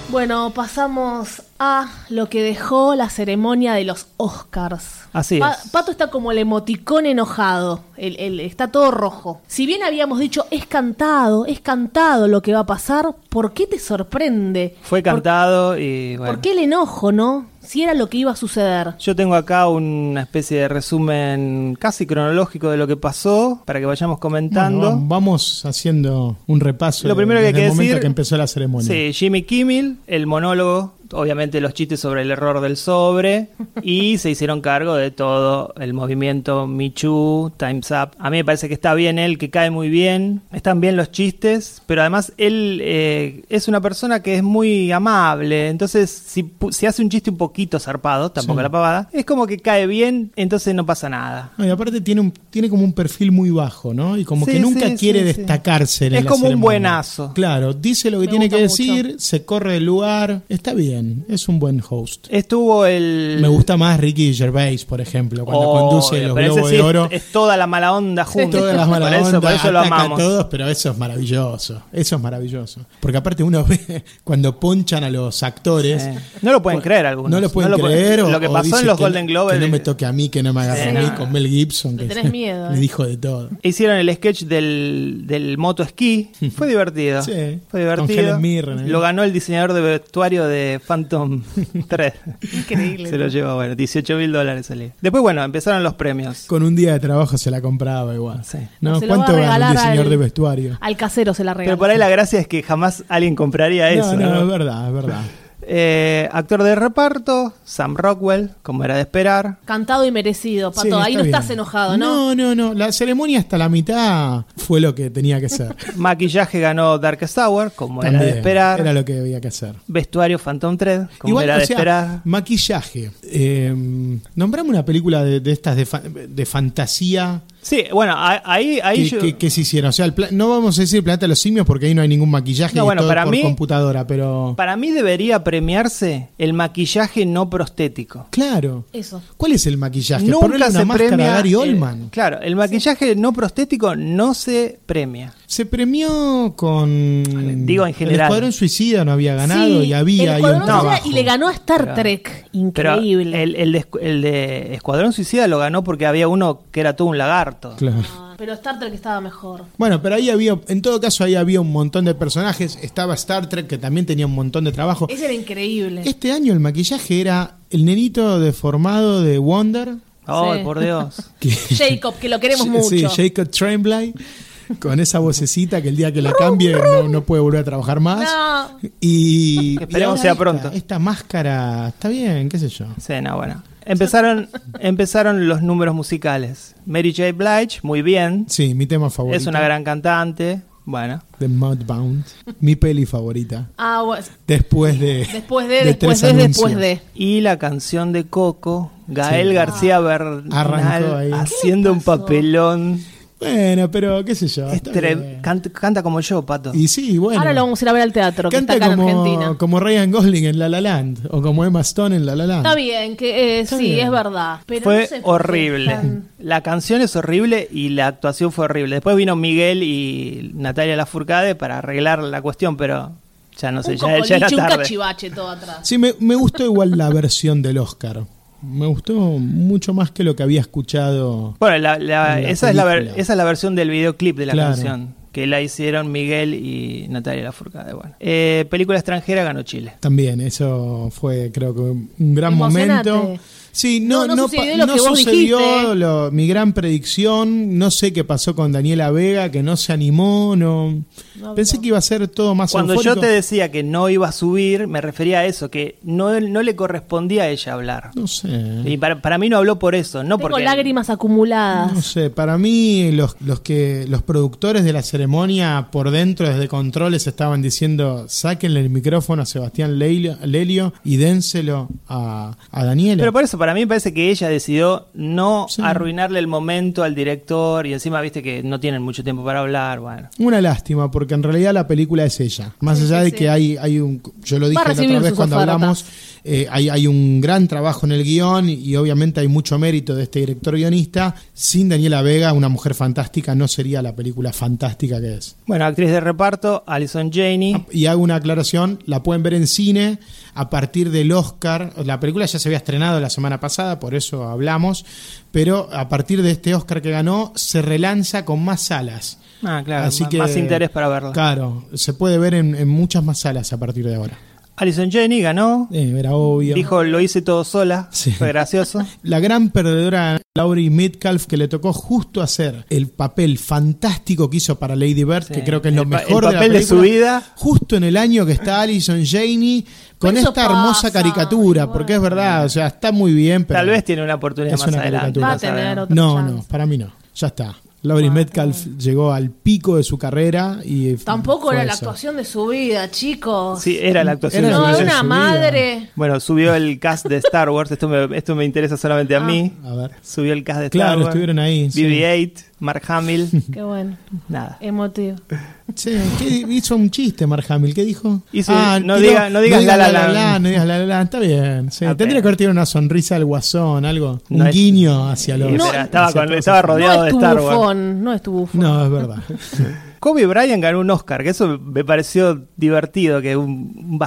[SPEAKER 2] Bueno, pasamos a lo que dejó la ceremonia de los Oscars.
[SPEAKER 3] Así
[SPEAKER 2] Pa-
[SPEAKER 3] es.
[SPEAKER 2] Pato está como el emoticón enojado, el, el- está todo rojo. Si bien habíamos dicho, es cantado, es cantado lo que va a pasar, ¿por qué te sorprende?
[SPEAKER 3] Fue
[SPEAKER 2] ¿Por-
[SPEAKER 3] cantado y
[SPEAKER 2] ¿Por,
[SPEAKER 3] bueno.
[SPEAKER 2] qué el enojo, no? Si era lo que iba a suceder.
[SPEAKER 3] Yo tengo acá una especie de resumen casi cronológico de lo que pasó para que vayamos comentando.
[SPEAKER 4] Bueno, vam- vamos haciendo un repaso
[SPEAKER 3] Lo primero que
[SPEAKER 4] desde
[SPEAKER 3] hay que
[SPEAKER 4] el momento
[SPEAKER 3] decir-
[SPEAKER 4] que empezó la ceremonia.
[SPEAKER 3] Sí, Jimmy Kimmel, el monólogo, obviamente los chistes sobre el error del sobre y se hicieron cargo de todo el movimiento Michu, Times Up. A mí me parece que está bien él, que cae muy bien, están bien los chistes, pero además él eh, es una persona que es muy amable, entonces si, pu- si hace un chiste un poquito zarpado, tampoco
[SPEAKER 4] Sí.
[SPEAKER 3] la pavada, es como que cae bien, entonces no pasa nada.
[SPEAKER 4] No, y aparte tiene, un, tiene como un perfil muy bajo, ¿no? Y como
[SPEAKER 3] Sí,
[SPEAKER 4] que nunca
[SPEAKER 3] sí,
[SPEAKER 4] quiere
[SPEAKER 3] sí, sí.
[SPEAKER 4] destacarse en
[SPEAKER 3] Es
[SPEAKER 4] la
[SPEAKER 3] como un
[SPEAKER 4] ceremonia.
[SPEAKER 3] buenazo.
[SPEAKER 4] Claro, dice lo que
[SPEAKER 2] Me
[SPEAKER 4] tiene que
[SPEAKER 2] gusta mucho.
[SPEAKER 4] decir, se corre del lugar, está bien, es un buen host.
[SPEAKER 3] Estuvo el...
[SPEAKER 4] Me gusta más Ricky Gervais, por ejemplo, cuando
[SPEAKER 3] Obvio,
[SPEAKER 4] conduce los
[SPEAKER 3] pero ese
[SPEAKER 4] Globos
[SPEAKER 3] sí
[SPEAKER 4] de
[SPEAKER 3] es-
[SPEAKER 4] Oro.
[SPEAKER 3] Es, toda la mala onda junta.
[SPEAKER 4] Todas las malas
[SPEAKER 3] por eso, por
[SPEAKER 4] ondas,
[SPEAKER 3] eso lo
[SPEAKER 4] ataca a
[SPEAKER 3] amamos.
[SPEAKER 4] todos, pero eso es maravilloso. Eso es maravilloso. Porque aparte uno ve cuando ponchan a los actores,
[SPEAKER 3] Eh, No lo pueden creer algunos.
[SPEAKER 4] Pues, no lo pueden creer. o-
[SPEAKER 3] lo que
[SPEAKER 4] o
[SPEAKER 3] pasó
[SPEAKER 4] dicen
[SPEAKER 3] en los
[SPEAKER 4] que-
[SPEAKER 3] Golden Globes.
[SPEAKER 4] Que no me toque a mí, que no me agarre
[SPEAKER 3] Sí,
[SPEAKER 4] a mí,
[SPEAKER 3] no.
[SPEAKER 4] con Mel Gibson.
[SPEAKER 2] Le
[SPEAKER 4] que
[SPEAKER 2] tenés miedo,
[SPEAKER 4] Le
[SPEAKER 2] eh.
[SPEAKER 4] dijo de todo.
[SPEAKER 3] Hicieron el sketch del, del moto esquí. Fue divertido.
[SPEAKER 4] Sí,
[SPEAKER 3] Fue
[SPEAKER 4] con
[SPEAKER 3] divertido.
[SPEAKER 4] Helen Mirren, eh.
[SPEAKER 3] Lo ganó el diseñador de vestuario de Phantom 3.
[SPEAKER 2] Increíble.
[SPEAKER 3] Se lo llevó, bueno, 18 mil dólares salía. Después, bueno, empezaron los premios.
[SPEAKER 4] Con un día de trabajo se la compraba igual.
[SPEAKER 3] Sí.
[SPEAKER 4] No,
[SPEAKER 2] Se lo
[SPEAKER 4] ¿cuánto
[SPEAKER 2] va a
[SPEAKER 4] gana
[SPEAKER 2] regalar
[SPEAKER 4] el diseñador
[SPEAKER 2] al-
[SPEAKER 4] de vestuario?
[SPEAKER 2] Al casero se la regala.
[SPEAKER 3] Pero por ahí la gracia es que jamás alguien compraría eso.
[SPEAKER 4] no, no,
[SPEAKER 3] ¿no?
[SPEAKER 4] es verdad, es verdad.
[SPEAKER 3] Eh, actor de reparto, Sam Rockwell, como era de esperar.
[SPEAKER 2] Cantado y merecido, Pato.
[SPEAKER 4] Sí,
[SPEAKER 2] ahí no
[SPEAKER 4] está
[SPEAKER 2] estás
[SPEAKER 4] bien.
[SPEAKER 2] enojado, ¿no?
[SPEAKER 4] No, no, no. La ceremonia hasta la mitad fue lo que tenía que ser.
[SPEAKER 3] Maquillaje ganó Darkest Hour, como era de
[SPEAKER 4] También,
[SPEAKER 3] esperar.
[SPEAKER 4] Era lo que había que hacer.
[SPEAKER 3] Vestuario Phantom Thread, como
[SPEAKER 4] Igual,
[SPEAKER 3] era
[SPEAKER 4] o
[SPEAKER 3] de
[SPEAKER 4] sea,
[SPEAKER 3] esperar.
[SPEAKER 4] maquillaje. Eh, nombrame una película de, de estas de, fa- de fantasía
[SPEAKER 3] Sí, bueno, a- ahí, ahí
[SPEAKER 4] que,
[SPEAKER 3] yo-
[SPEAKER 4] que- que se hicieron. O sea, el pla- no vamos a decir Planeta de los Simios porque ahí no hay ningún maquillaje
[SPEAKER 3] No,
[SPEAKER 4] y es
[SPEAKER 3] bueno,
[SPEAKER 4] todo
[SPEAKER 3] para
[SPEAKER 4] por
[SPEAKER 3] mí-
[SPEAKER 4] computadora, pero...
[SPEAKER 3] para mí debería premiarse el maquillaje no prostético.
[SPEAKER 4] Claro.
[SPEAKER 2] Eso.
[SPEAKER 4] ¿Cuál es el maquillaje? Ponerle
[SPEAKER 3] Nunca
[SPEAKER 4] una
[SPEAKER 3] se
[SPEAKER 4] máscara
[SPEAKER 3] premia.
[SPEAKER 4] a Gary
[SPEAKER 3] eh,
[SPEAKER 4] Oldman.
[SPEAKER 3] claro, el maquillaje no prostético no se premia.
[SPEAKER 4] Se premió con.
[SPEAKER 3] Digo, en general.
[SPEAKER 4] El Escuadrón Suicida no había ganado
[SPEAKER 2] Sí,
[SPEAKER 4] y
[SPEAKER 2] el
[SPEAKER 4] había ahí
[SPEAKER 2] Escuadrón
[SPEAKER 4] un
[SPEAKER 2] Suicida
[SPEAKER 4] trabajo.
[SPEAKER 2] y le ganó a Star
[SPEAKER 3] Pero-
[SPEAKER 2] Trek.
[SPEAKER 3] Pero
[SPEAKER 2] Increíble.
[SPEAKER 3] el, el de, escu- el de Escuadrón Suicida lo ganó porque había uno que era todo un lagarto.
[SPEAKER 4] Claro.
[SPEAKER 2] Ah, Pero Star Trek estaba mejor.
[SPEAKER 4] Bueno, pero ahí había, en todo caso, ahí había un montón de personajes. Estaba Star Trek, que también tenía un montón de trabajo.
[SPEAKER 2] Ese era increíble.
[SPEAKER 4] Este año el maquillaje era el nenito deformado de Wonder.
[SPEAKER 3] Ay,
[SPEAKER 2] Sí.
[SPEAKER 3] por Dios.
[SPEAKER 4] que-
[SPEAKER 2] Jacob, que lo queremos mucho.
[SPEAKER 4] Sí, Jacob Tremblay, con esa vocecita que el día que la cambie no, no puede volver a trabajar más.
[SPEAKER 2] No.
[SPEAKER 4] Y.
[SPEAKER 3] Esperemos
[SPEAKER 4] y ahora
[SPEAKER 3] sea
[SPEAKER 4] esta-
[SPEAKER 3] pronto.
[SPEAKER 4] Esta máscara, está bien, qué sé yo.
[SPEAKER 3] Sí, no, bueno. Empezaron, empezaron los números musicales. Mary J. Blige, muy bien.
[SPEAKER 4] Sí, mi tema favorito.
[SPEAKER 3] Es una gran cantante. Bueno.
[SPEAKER 4] The Mudbound. Mi peli favorita.
[SPEAKER 2] Ah, bueno,
[SPEAKER 4] Después de.
[SPEAKER 2] Después de, después de,
[SPEAKER 4] tres
[SPEAKER 2] después
[SPEAKER 4] anuncios.
[SPEAKER 2] de.
[SPEAKER 3] Y la canción de Coco, Gael
[SPEAKER 4] Sí. Ah.
[SPEAKER 3] García
[SPEAKER 4] Arrancó ahí.
[SPEAKER 3] Bernal,
[SPEAKER 4] ¿Qué le
[SPEAKER 3] haciendo un
[SPEAKER 2] pasó?
[SPEAKER 3] papelón.
[SPEAKER 4] Bueno, pero qué sé yo.
[SPEAKER 3] Es
[SPEAKER 4] está
[SPEAKER 3] tre-
[SPEAKER 4] bien.
[SPEAKER 3] cant- canta como yo, Pato.
[SPEAKER 4] Y sí, bueno.
[SPEAKER 2] Ahora lo vamos a ir a ver al teatro, que está
[SPEAKER 4] Canta
[SPEAKER 2] acá en
[SPEAKER 4] como,
[SPEAKER 2] Argentina.
[SPEAKER 4] como Ryan Gosling en La La Land o como Emma Stone en La La Land.
[SPEAKER 2] Está bien, que eh,
[SPEAKER 4] Está
[SPEAKER 2] sí,
[SPEAKER 4] bien.
[SPEAKER 2] es verdad. Pero
[SPEAKER 3] fue
[SPEAKER 2] no sé por qué
[SPEAKER 3] horrible.
[SPEAKER 2] están-
[SPEAKER 3] La canción es horrible y la actuación fue horrible. Después vino Miguel y Natalia Lafourcade para arreglar la cuestión, pero ya no sé,
[SPEAKER 2] un
[SPEAKER 3] ya, ya era
[SPEAKER 2] cocoliche, un
[SPEAKER 3] tarde.
[SPEAKER 2] cachivache todo atrás.
[SPEAKER 4] Sí, me, me gustó igual la versión del Oscar. Me gustó mucho más que lo que había escuchado.
[SPEAKER 3] Bueno, la- la-
[SPEAKER 4] En la
[SPEAKER 3] esa, es la ver-
[SPEAKER 4] película.
[SPEAKER 3] esa es la versión del videoclip de la
[SPEAKER 4] Claro.
[SPEAKER 3] canción que la hicieron Miguel y Natalia Lafourcade. Bueno, Eh, película extranjera ganó Chile.
[SPEAKER 4] También, eso fue creo que un gran
[SPEAKER 2] Emocionate.
[SPEAKER 4] momento. Sí, no,
[SPEAKER 2] No, no
[SPEAKER 4] no, pa-
[SPEAKER 2] sucedió lo
[SPEAKER 4] no
[SPEAKER 2] que vos dijiste.
[SPEAKER 4] sucedió lo- mi gran predicción. No sé qué pasó con Daniela Vega, que no se animó. No. Pensé que iba a ser todo más
[SPEAKER 3] Cuando yo
[SPEAKER 4] eufórico.
[SPEAKER 3] te decía que no iba a subir, me refería a eso, que no, no le correspondía a ella hablar.
[SPEAKER 4] No sé.
[SPEAKER 3] Y para, para mí no habló por eso, no
[SPEAKER 2] Tengo
[SPEAKER 3] porque...
[SPEAKER 2] lágrimas acumuladas.
[SPEAKER 4] No sé, para mí los, los que los productores de la ceremonia por dentro desde controles estaban diciendo sáquenle el micrófono a Sebastián Leilo- Lelio y dénselo a, a Daniela.
[SPEAKER 3] Pero por eso, para mí me parece que ella decidió no
[SPEAKER 4] Sí.
[SPEAKER 3] arruinarle el momento al director y encima viste que no tienen mucho tiempo para hablar, bueno.
[SPEAKER 4] Una lástima, porque en realidad la película es ella. Más allá de que hay, hay un. Yo lo dije
[SPEAKER 2] Va a
[SPEAKER 4] la
[SPEAKER 2] recibir
[SPEAKER 4] otra vez
[SPEAKER 2] sus
[SPEAKER 4] cuando
[SPEAKER 2] ofertas.
[SPEAKER 4] hablamos, eh, hay, hay un gran trabajo en el guión y obviamente hay mucho mérito de este director guionista. Sin Daniela Vega, una mujer fantástica, no sería la película fantástica que es.
[SPEAKER 3] Bueno, actriz de reparto, Alison Janey.
[SPEAKER 4] Ah, Y hago una aclaración, la pueden ver en cine a partir del Oscar. La película ya se había estrenado la semana pasada, por eso hablamos, pero a partir de este Oscar que ganó, se relanza con más salas.
[SPEAKER 3] Ah, claro,
[SPEAKER 4] Así
[SPEAKER 3] ma-
[SPEAKER 4] que-
[SPEAKER 3] más interés para verla.
[SPEAKER 4] Claro, se puede ver en, en muchas más salas a partir de ahora.
[SPEAKER 3] Alison Janey ganó,
[SPEAKER 4] Eh, era obvio.
[SPEAKER 3] dijo lo hice todo sola,
[SPEAKER 4] Sí.
[SPEAKER 3] fue gracioso.
[SPEAKER 4] La gran perdedora Laurie Metcalf que le tocó justo hacer el papel fantástico que hizo para Lady Bird,
[SPEAKER 3] Sí.
[SPEAKER 4] que creo que es lo
[SPEAKER 3] El pa- el
[SPEAKER 4] mejor de, la
[SPEAKER 3] papel de su
[SPEAKER 4] película,
[SPEAKER 3] vida.
[SPEAKER 4] Justo en el año que está Alison Janey con
[SPEAKER 2] Pero eso
[SPEAKER 4] esta hermosa
[SPEAKER 2] pasa,
[SPEAKER 4] caricatura,
[SPEAKER 2] igual.
[SPEAKER 4] porque es verdad, o sea, está muy bien, pero
[SPEAKER 3] Tal vez tiene una oportunidad
[SPEAKER 4] Es
[SPEAKER 3] más
[SPEAKER 4] una
[SPEAKER 3] adelante.
[SPEAKER 4] caricatura.
[SPEAKER 2] Va a
[SPEAKER 3] no sabemos.
[SPEAKER 2] tener otra
[SPEAKER 4] no,
[SPEAKER 2] chance.
[SPEAKER 4] no, para mí no. Ya está.
[SPEAKER 2] Ah,
[SPEAKER 4] Laurie Metcalf llegó al pico de su carrera y
[SPEAKER 2] Tampoco
[SPEAKER 4] fue
[SPEAKER 2] era la
[SPEAKER 4] eso.
[SPEAKER 2] actuación de su vida, chicos.
[SPEAKER 3] Sí, era la actuación
[SPEAKER 4] Era
[SPEAKER 3] de
[SPEAKER 4] la
[SPEAKER 3] su
[SPEAKER 2] no,
[SPEAKER 4] actuación
[SPEAKER 2] de
[SPEAKER 3] vida.
[SPEAKER 2] una
[SPEAKER 4] de su
[SPEAKER 2] madre.
[SPEAKER 3] Bueno, subió el cast de Star Wars, esto me, esto me interesa solamente a mí.
[SPEAKER 4] A ver.
[SPEAKER 3] Subió el cast de Star
[SPEAKER 4] Claro,
[SPEAKER 3] Wars.
[SPEAKER 4] estuvieron ahí, sí.
[SPEAKER 3] BB-8, Mark Hamill,
[SPEAKER 2] Qué bueno,
[SPEAKER 3] nada.
[SPEAKER 2] emotivo.
[SPEAKER 4] Sí, ¿qué hizo un chiste Mark Hamill, ¿qué dijo? Ah,
[SPEAKER 3] Hizo- no diga- no digas La La Land.
[SPEAKER 4] no digas la la Land, está bien. sí.
[SPEAKER 3] Apenas.
[SPEAKER 4] Tendría que haber tenido una sonrisa al guasón, algo,
[SPEAKER 3] No
[SPEAKER 4] un
[SPEAKER 3] es-
[SPEAKER 4] guiño hacia los
[SPEAKER 3] Y espera, estaba,
[SPEAKER 4] hacia
[SPEAKER 3] con-
[SPEAKER 4] todos.
[SPEAKER 3] estaba rodeado
[SPEAKER 2] No
[SPEAKER 3] de
[SPEAKER 2] es tu
[SPEAKER 3] Star Wars.
[SPEAKER 2] bufón, no es tu bufón.
[SPEAKER 4] No, es verdad.
[SPEAKER 3] Kobe Bryant ganó un Oscar, que eso me pareció divertido, que un, un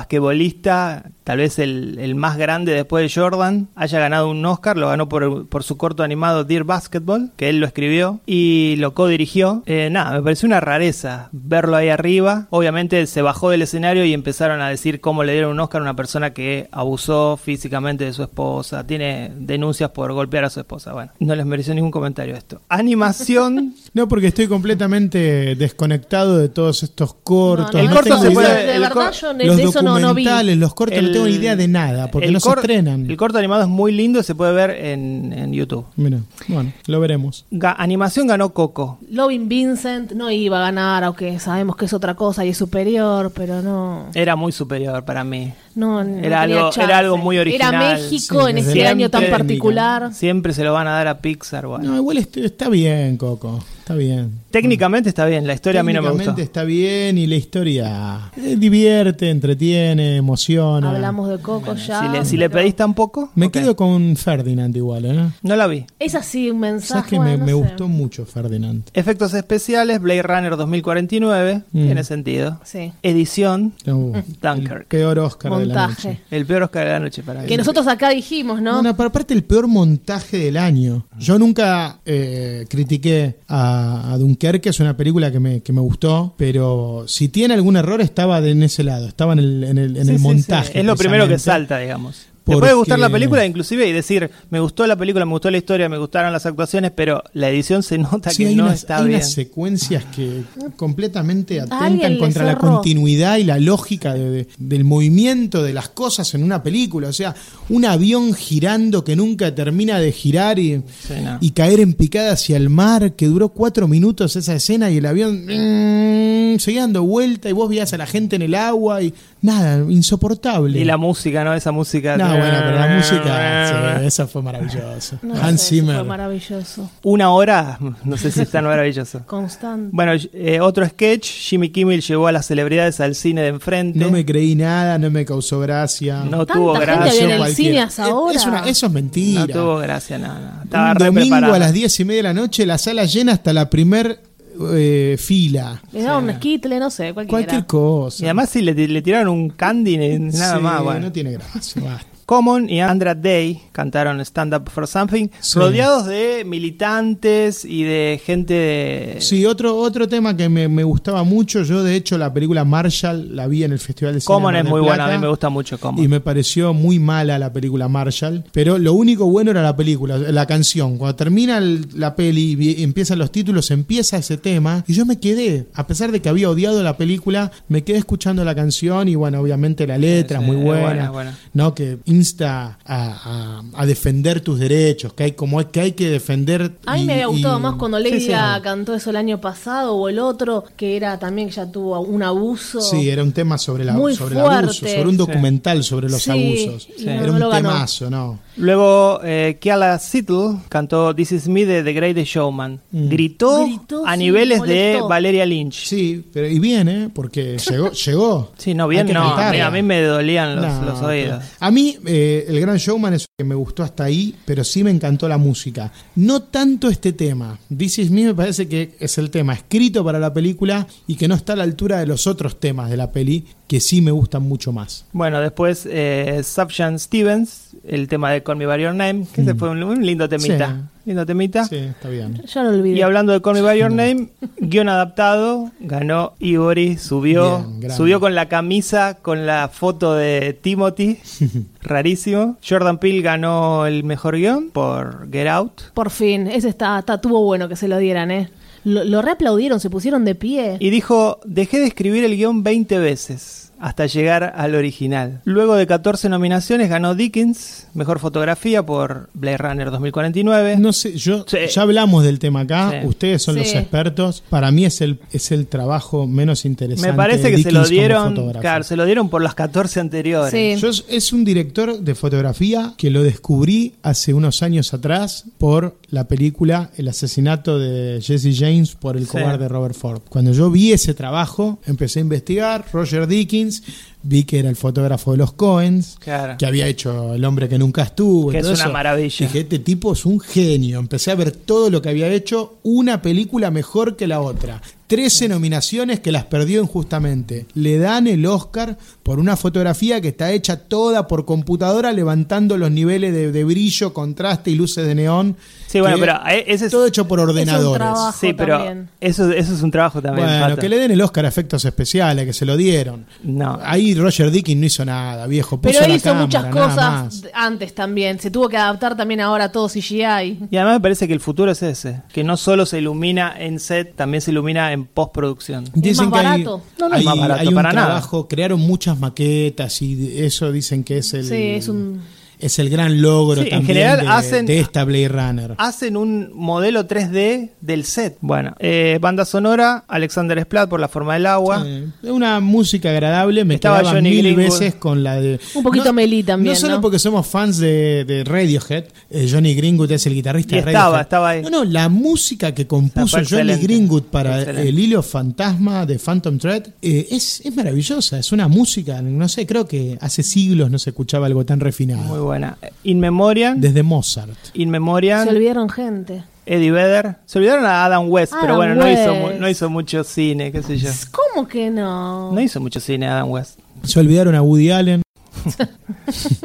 [SPEAKER 3] basquetbolista, tal vez el, el más grande después de Jordan, haya ganado un Oscar, lo ganó por, por su corto animado Dear Basketball, que él lo escribió y lo codirigió. Eh, nada, me pareció una rareza verlo ahí arriba. Obviamente se bajó del escenario y empezaron a decir cómo le dieron un Oscar a una persona que abusó físicamente de su esposa, tiene denuncias por golpear a su esposa. Bueno, no les mereció ningún comentario esto. Animación...
[SPEAKER 4] No, porque estoy completamente desconectado de todos estos cortos.
[SPEAKER 2] No, no,
[SPEAKER 3] El
[SPEAKER 4] no
[SPEAKER 3] corto
[SPEAKER 4] tengo
[SPEAKER 3] se
[SPEAKER 2] de-
[SPEAKER 4] idea-
[SPEAKER 3] puede-
[SPEAKER 2] De
[SPEAKER 3] el
[SPEAKER 2] verdad,
[SPEAKER 3] cor-
[SPEAKER 2] yo de
[SPEAKER 4] Los
[SPEAKER 2] de eso no, no vi.
[SPEAKER 4] documentales, los cortos, no
[SPEAKER 3] El-
[SPEAKER 4] tengo ni idea de nada, porque
[SPEAKER 3] el
[SPEAKER 4] no se
[SPEAKER 3] cor-
[SPEAKER 4] estrenan.
[SPEAKER 3] El corto animado es muy lindo y se puede ver en, en YouTube.
[SPEAKER 4] Mira, bueno, lo veremos.
[SPEAKER 3] Ga- animación ganó Coco.
[SPEAKER 2] Lovin Vincent no iba a ganar, aunque sabemos que es otra cosa y es superior, pero no.
[SPEAKER 3] Era muy superior para mí.
[SPEAKER 2] no, no tenía
[SPEAKER 3] Era algo-
[SPEAKER 2] chance.
[SPEAKER 3] era algo muy original,
[SPEAKER 2] Era México
[SPEAKER 4] sí,
[SPEAKER 2] en
[SPEAKER 4] desde
[SPEAKER 2] ese
[SPEAKER 3] la
[SPEAKER 2] año tan
[SPEAKER 3] técnica.
[SPEAKER 2] particular.
[SPEAKER 3] Siempre se lo van a dar a Pixar. bueno.
[SPEAKER 4] No, igual est- está bien, Coco, está bien.
[SPEAKER 3] Técnicamente está bien, la historia a mí no me gustó.
[SPEAKER 4] Técnicamente está bien y la historia eh, divierte, entretiene, emociona.
[SPEAKER 2] Hablamos de Coco ya.
[SPEAKER 3] si le, si le
[SPEAKER 2] pero-
[SPEAKER 3] pedís tampoco,
[SPEAKER 4] Me
[SPEAKER 3] ok.
[SPEAKER 4] quedo con Ferdinand igual, ¿eh?
[SPEAKER 3] No la vi.
[SPEAKER 2] Es así un mensaje.
[SPEAKER 4] Sabes que
[SPEAKER 2] bueno,
[SPEAKER 4] me,
[SPEAKER 2] no
[SPEAKER 4] me
[SPEAKER 2] sé.
[SPEAKER 4] gustó mucho Ferdinand.
[SPEAKER 3] Efectos especiales, Blade Runner 2049,
[SPEAKER 4] Mm.
[SPEAKER 3] tiene sentido.
[SPEAKER 2] Sí.
[SPEAKER 3] Edición,
[SPEAKER 4] Uh, el
[SPEAKER 3] Dunkirk.
[SPEAKER 4] peor Oscar de la
[SPEAKER 2] Montaje.
[SPEAKER 4] noche.
[SPEAKER 3] El peor Oscar de la noche para mí.
[SPEAKER 2] Que nosotros acá dijimos, ¿no?
[SPEAKER 4] No, no, pero aparte el peor montaje del año. Yo nunca eh, critiqué a, a Dunkerque, es una película que me, que me gustó, pero si tiene algún error estaba de- en ese lado, estaba en el, en el, en
[SPEAKER 3] Sí, sí,
[SPEAKER 4] el
[SPEAKER 3] sí.
[SPEAKER 4] montaje.
[SPEAKER 3] Es lo primero que
[SPEAKER 4] precisamente.
[SPEAKER 3] salta, digamos. Te
[SPEAKER 4] Porque-
[SPEAKER 3] puede gustar la película inclusive y decir, me gustó la película, me gustó la historia, me gustaron las actuaciones, pero la edición se nota
[SPEAKER 4] Sí,
[SPEAKER 3] que
[SPEAKER 4] hay,
[SPEAKER 3] no
[SPEAKER 4] unas,
[SPEAKER 3] está
[SPEAKER 4] hay
[SPEAKER 3] bien.
[SPEAKER 4] unas secuencias que completamente
[SPEAKER 2] alguien
[SPEAKER 4] atentan
[SPEAKER 2] le
[SPEAKER 4] contra la
[SPEAKER 2] cerró.
[SPEAKER 4] continuidad y la lógica de- de- del movimiento de las cosas en una película. O sea, un avión girando que nunca termina de girar y,
[SPEAKER 3] Sí, no.
[SPEAKER 4] y caer en picada hacia el mar, que duró cuatro minutos esa escena y el avión... mm, seguía dando vuelta y vos veías a la gente en el agua y nada, insoportable.
[SPEAKER 3] Y la música, ¿no? Esa música.
[SPEAKER 4] No, bueno, pero la música, sí, esa fue maravillosa.
[SPEAKER 2] No
[SPEAKER 4] Hans
[SPEAKER 2] sé, eso
[SPEAKER 4] Zimmer.
[SPEAKER 2] Fue maravilloso.
[SPEAKER 3] Una hora, no sé si es tan maravilloso.
[SPEAKER 2] Constante.
[SPEAKER 3] Bueno, eh, otro sketch, Jimmy Kimmel llevó a las celebridades al cine de enfrente.
[SPEAKER 4] No me creí nada, no me causó gracia.
[SPEAKER 3] No
[SPEAKER 2] Tanta
[SPEAKER 3] tuvo
[SPEAKER 2] gente
[SPEAKER 3] gracia.
[SPEAKER 2] había en el
[SPEAKER 4] Cualquiera.
[SPEAKER 2] cine hasta
[SPEAKER 4] Es-
[SPEAKER 2] ahora.
[SPEAKER 4] es una- eso es mentira.
[SPEAKER 3] No tuvo gracia, nada. Estaba
[SPEAKER 4] Un
[SPEAKER 3] re
[SPEAKER 4] domingo
[SPEAKER 3] preparado.
[SPEAKER 4] a las 10 y media de la noche, la sala llena hasta la primer eh, fila.
[SPEAKER 2] Le daban un esquitle, no sé, cualquiera.
[SPEAKER 4] Cualquier cosa.
[SPEAKER 3] Y además sí, le, le tiraron un candy, ni- nada
[SPEAKER 4] Sí,
[SPEAKER 3] más. Bueno.
[SPEAKER 4] No tiene gracia. basta.
[SPEAKER 3] Common y Andra Day cantaron Stand Up for Something,
[SPEAKER 4] Sí.
[SPEAKER 3] rodeados de militantes y de gente de...
[SPEAKER 4] Sí, otro, otro tema que me, me gustaba mucho. Yo, de hecho, la película Marshall la vi en el Festival de Cine.
[SPEAKER 3] Common
[SPEAKER 4] de Mar
[SPEAKER 3] es
[SPEAKER 4] del
[SPEAKER 3] muy buena, a
[SPEAKER 4] Plata,
[SPEAKER 3] mí me gusta mucho Common.
[SPEAKER 4] Y me pareció muy mala la película Marshall. Pero lo único bueno era la película, la canción. Cuando termina el- la peli y vi- empiezan los títulos, empieza ese tema. Y yo me quedé, a pesar de que había odiado la película, me quedé escuchando la canción. Y bueno, obviamente la letra
[SPEAKER 3] Sí,
[SPEAKER 4] es muy
[SPEAKER 3] sí,
[SPEAKER 4] buena.
[SPEAKER 3] buena, buena.
[SPEAKER 4] ¿no? Que insta a, a- a defender tus derechos. Que hay como que hay que defender.
[SPEAKER 2] A mí
[SPEAKER 4] y-
[SPEAKER 2] me había gustado
[SPEAKER 4] y-
[SPEAKER 2] más cuando Lady
[SPEAKER 3] Sí, sí.
[SPEAKER 2] Gaga cantó eso el año pasado o el otro, que era también que ya tuvo un abuso.
[SPEAKER 4] Sí, eh. era un tema sobre, la,
[SPEAKER 2] Muy
[SPEAKER 4] sobre el
[SPEAKER 2] fuerte.
[SPEAKER 4] abuso, sobre un documental sobre los
[SPEAKER 2] Sí,
[SPEAKER 4] abusos.
[SPEAKER 2] y no-
[SPEAKER 4] Era
[SPEAKER 2] no
[SPEAKER 4] un
[SPEAKER 2] lo ganó.
[SPEAKER 4] temazo, ¿no?
[SPEAKER 3] Luego eh, Kiala Sittl cantó This Is Me de The Greatest Showman. Gritó,
[SPEAKER 2] Gritó,
[SPEAKER 3] a
[SPEAKER 2] sí,
[SPEAKER 3] niveles de
[SPEAKER 2] molestó.
[SPEAKER 3] Valeria Lynch.
[SPEAKER 4] Mm. Sí, pero y bien, ¿eh? Porque llegó, llegó.
[SPEAKER 3] Sí, no,
[SPEAKER 4] Hay
[SPEAKER 3] bien
[SPEAKER 4] que
[SPEAKER 3] no. A mí,
[SPEAKER 4] cantarla.
[SPEAKER 3] a mí me dolían los,
[SPEAKER 4] No,
[SPEAKER 3] los oídos.
[SPEAKER 4] pero- A mí, eh, el Gran Showman es que me gustó hasta ahí, pero sí me encantó la música. No tanto este tema. This Is Me me parece que es el tema escrito para la película y que no está a la altura de los otros temas de la peli, que sí me gustan mucho más.
[SPEAKER 3] Bueno, después eh, Subjan Stevens, el tema de Call Me By Your Name, que ese fue un, un lindo temita. Lindo temita.
[SPEAKER 4] Mm. Sí, está bien.
[SPEAKER 2] Ya lo olvidé.
[SPEAKER 3] Y hablando de Call Me By Your Name, guión adaptado, ganó Ivory, subió,
[SPEAKER 4] Bien, grande.
[SPEAKER 3] subió con la camisa, con la foto de Timothy, rarísimo. Jordan Peele ganó el mejor guión por Get Out.
[SPEAKER 2] Por fin, ese está, está, tuvo bueno que se lo dieran, ¿eh? Lo, lo reaplaudieron, se pusieron de pie.
[SPEAKER 3] Y dijo, dejé de escribir el guión 20 veces hasta llegar al original. Luego de 14 nominaciones ganó Dickens, Mejor Fotografía por Blade Runner 2049.
[SPEAKER 4] No sé, yo
[SPEAKER 3] Sí.
[SPEAKER 4] ya hablamos del tema acá,
[SPEAKER 3] Sí.
[SPEAKER 4] ustedes son
[SPEAKER 2] Sí.
[SPEAKER 4] los expertos. Para mí es el es el trabajo menos interesante.
[SPEAKER 3] Me parece
[SPEAKER 4] de
[SPEAKER 3] que se lo
[SPEAKER 4] Dickens como
[SPEAKER 3] dieron,
[SPEAKER 4] fotógrafo.
[SPEAKER 3] claro, se lo dieron por las 14 anteriores.
[SPEAKER 2] Sí.
[SPEAKER 4] Yo es- es un director de fotografía que lo descubrí hace unos años atrás por la película El asesinato de Jesse James por el
[SPEAKER 3] Sí.
[SPEAKER 4] cobarde Robert Ford. Cuando yo vi ese trabajo, empecé a investigar Roger Dickens, vi que era el fotógrafo de los Coens,
[SPEAKER 3] Claro.
[SPEAKER 4] que había hecho El hombre que nunca estuvo. y
[SPEAKER 3] Que es
[SPEAKER 4] todo
[SPEAKER 3] una
[SPEAKER 4] eso.
[SPEAKER 3] maravilla.
[SPEAKER 4] Dije, este tipo es un genio. Empecé a ver todo lo que había hecho, una película mejor que la otra. 13 nominaciones que las perdió injustamente. Le dan el Oscar por una fotografía que está hecha toda por computadora, levantando los niveles de, de brillo, contraste y luces de neón.
[SPEAKER 3] Sí, bueno,
[SPEAKER 4] Que
[SPEAKER 3] pero eh, ese es...
[SPEAKER 4] Todo hecho por ordenadores.
[SPEAKER 2] trabajo.
[SPEAKER 3] Sí, pero
[SPEAKER 2] también.
[SPEAKER 3] eso, eso es un trabajo también.
[SPEAKER 4] Bueno,
[SPEAKER 3] Pato.
[SPEAKER 4] que le den el Oscar a efectos especiales, que se lo dieron.
[SPEAKER 3] No.
[SPEAKER 4] Ahí Roger Dickens no hizo nada, viejo.
[SPEAKER 2] Pero
[SPEAKER 4] Puso
[SPEAKER 2] él
[SPEAKER 4] la
[SPEAKER 2] hizo muchas
[SPEAKER 4] cámara, nada
[SPEAKER 2] cosas
[SPEAKER 4] más.
[SPEAKER 2] antes también. Se tuvo que adaptar también ahora a todo CGI.
[SPEAKER 3] Y además me parece que el futuro es ese, que no solo se ilumina en set, también se ilumina en postproducción.
[SPEAKER 2] más
[SPEAKER 4] que hay-
[SPEAKER 2] barato.
[SPEAKER 3] No, no es
[SPEAKER 4] hay-
[SPEAKER 3] más barato
[SPEAKER 4] hay un
[SPEAKER 3] para nada.
[SPEAKER 4] trabajo, crearon muchas maquetas y de- eso dicen que es el
[SPEAKER 2] Sí, es un-
[SPEAKER 4] es el gran logro
[SPEAKER 3] Sí, en
[SPEAKER 4] también
[SPEAKER 3] general
[SPEAKER 4] de,
[SPEAKER 3] hacen-
[SPEAKER 4] de esta Blade Runner.
[SPEAKER 3] hacen un modelo 3D del set. Bueno, eh, banda sonora, Alexander Splat por La Forma del Agua.
[SPEAKER 4] Eh, una música agradable, me
[SPEAKER 3] Estaba
[SPEAKER 4] quedaba
[SPEAKER 3] Johnny
[SPEAKER 4] mil
[SPEAKER 3] Greenwood.
[SPEAKER 4] veces con la de...
[SPEAKER 2] Un poquito Meli también,
[SPEAKER 4] No solo
[SPEAKER 2] ¿no?
[SPEAKER 4] porque somos fans de, de Radiohead, eh, Johnny Greenwood es el guitarrista
[SPEAKER 3] Y
[SPEAKER 4] de
[SPEAKER 3] estaba,
[SPEAKER 4] Radiohead.
[SPEAKER 3] estaba ahí.
[SPEAKER 4] No, no, la música que
[SPEAKER 3] Está,
[SPEAKER 4] compuso
[SPEAKER 3] fue
[SPEAKER 4] Johnny
[SPEAKER 3] excelente.
[SPEAKER 4] Greenwood para
[SPEAKER 3] Excelente.
[SPEAKER 4] el hilo fantasma de Phantom Thread eh, es, es maravillosa, es una música, no sé, creo que hace siglos no se escuchaba algo tan refinado.
[SPEAKER 3] Muy buena. In Memoriam.
[SPEAKER 4] Desde Mozart.
[SPEAKER 3] In Memoriam,
[SPEAKER 2] Se olvidaron gente.
[SPEAKER 3] Eddie Vedder. Se olvidaron a Adam West, pero
[SPEAKER 2] Adam
[SPEAKER 3] bueno, No, hizo, mu-
[SPEAKER 2] West.
[SPEAKER 3] no hizo mucho cine, qué sé yo.
[SPEAKER 2] ¿Cómo que no?
[SPEAKER 3] No hizo mucho cine Adam West.
[SPEAKER 4] Se olvidaron a Woody Allen.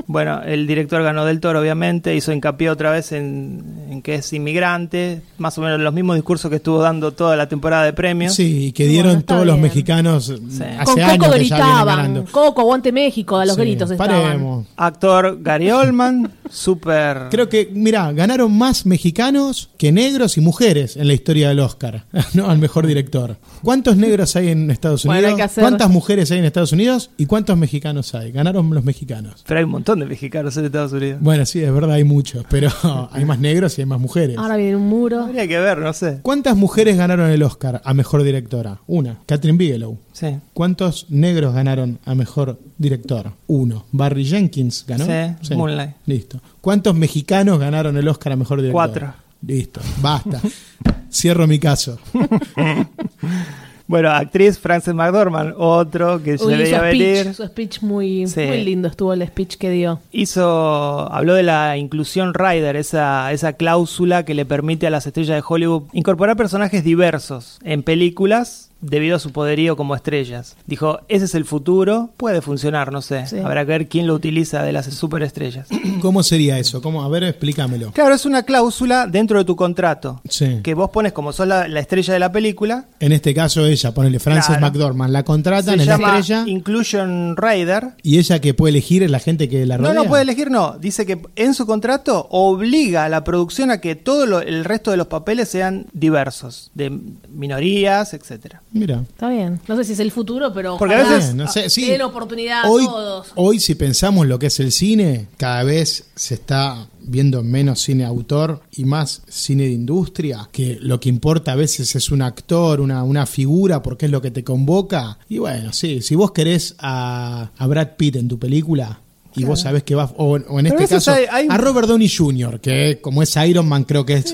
[SPEAKER 3] Bueno, el director ganó del toro, obviamente, hizo hincapié otra vez en, en que es inmigrante, más o menos los mismos discursos que estuvo dando toda la temporada de premios.
[SPEAKER 4] Sí, y que
[SPEAKER 2] Bueno,
[SPEAKER 4] dieron
[SPEAKER 2] está
[SPEAKER 4] todos los
[SPEAKER 2] bien.
[SPEAKER 4] mexicanos mm,
[SPEAKER 2] Con
[SPEAKER 4] hace años
[SPEAKER 2] Coco
[SPEAKER 4] que ya vienen
[SPEAKER 2] gritaban.
[SPEAKER 4] ganando.
[SPEAKER 2] Coco, aguante México, a los
[SPEAKER 4] Sí,
[SPEAKER 2] gritos estaban.
[SPEAKER 4] paremos.
[SPEAKER 3] Actor Gary Oldman, súper...
[SPEAKER 4] Creo que, mirá, ganaron más mexicanos que negros y mujeres en la historia del Oscar, ¿no? Al mejor director. ¿Cuántos negros hay en Estados
[SPEAKER 2] Bueno,
[SPEAKER 4] Unidos?
[SPEAKER 2] hay que hacer-
[SPEAKER 4] ¿Cuántas mujeres hay en Estados Unidos? ¿Y cuántos mexicanos hay? Ganaron los mexicanos.
[SPEAKER 3] Pero hay un montón de mexicanos en Estados Unidos.
[SPEAKER 4] Bueno, sí, es verdad, hay muchos, pero hay más negros y hay más mujeres.
[SPEAKER 2] Ahora viene un muro.
[SPEAKER 3] Habría que ver, no sé.
[SPEAKER 4] ¿Cuántas mujeres ganaron el Oscar a mejor directora? Una, Catherine Bigelow.
[SPEAKER 3] Sí.
[SPEAKER 4] ¿Cuántos negros ganaron a mejor director? Uno. Barry Jenkins ganó.
[SPEAKER 3] Sí, Moonlight.
[SPEAKER 4] Listo. ¿Cuántos mexicanos ganaron el Oscar a mejor director?
[SPEAKER 3] Cuatro.
[SPEAKER 4] Listo. Basta. Cierro mi caso.
[SPEAKER 3] Bueno, actriz Frances McDormand, otro que se
[SPEAKER 2] Uy,
[SPEAKER 3] veía
[SPEAKER 2] su
[SPEAKER 3] venir.
[SPEAKER 2] speech, su speech muy,
[SPEAKER 3] Sí.
[SPEAKER 2] muy lindo estuvo el speech que dio.
[SPEAKER 3] Hizo, habló de la inclusión rider, esa, esa cláusula que le permite a las estrellas de Hollywood incorporar personajes diversos en películas debido a su poderío como estrellas. Dijo, ese es el futuro, puede funcionar, no sé.
[SPEAKER 2] Sí.
[SPEAKER 3] Habrá que ver quién lo utiliza de las superestrellas.
[SPEAKER 4] ¿Cómo sería eso? ¿Cómo? A ver, explícamelo.
[SPEAKER 3] Claro, es una cláusula dentro de tu contrato.
[SPEAKER 4] Sí.
[SPEAKER 3] Que vos pones como sos la, la estrella de la película.
[SPEAKER 4] En este caso ella, ponele Frances
[SPEAKER 3] Claro.
[SPEAKER 4] McDormand, la contratan,
[SPEAKER 3] Se
[SPEAKER 4] es la
[SPEAKER 3] llama
[SPEAKER 4] estrella
[SPEAKER 3] Inclusion Rider.
[SPEAKER 4] y ella que puede elegir es la gente que la
[SPEAKER 3] No,
[SPEAKER 4] rodea.
[SPEAKER 3] no puede elegir, no. Dice que en su contrato obliga a la producción a que todo lo- el resto de los papeles sean diversos, de minorías, etcétera.
[SPEAKER 4] Mira.
[SPEAKER 2] Está bien. No sé si es el futuro, pero
[SPEAKER 3] Porque a
[SPEAKER 2] ojalá
[SPEAKER 3] veces-
[SPEAKER 4] Bien, no sé, sí.
[SPEAKER 2] le den oportunidad
[SPEAKER 4] hoy,
[SPEAKER 2] a todos.
[SPEAKER 4] Hoy, si pensamos lo que es el cine, cada vez se está viendo menos cine autor y más cine de industria, que lo que importa a veces es un actor, una, una figura, porque es lo que te convoca. Y bueno, sí, si vos querés a, a Brad Pitt en tu película. Y vos sabés que va, o, o en
[SPEAKER 3] Pero a
[SPEAKER 4] este
[SPEAKER 3] veces
[SPEAKER 4] caso,
[SPEAKER 3] hay- hay-
[SPEAKER 4] a Robert Downey Jr., que como es Iron Man, creo que es,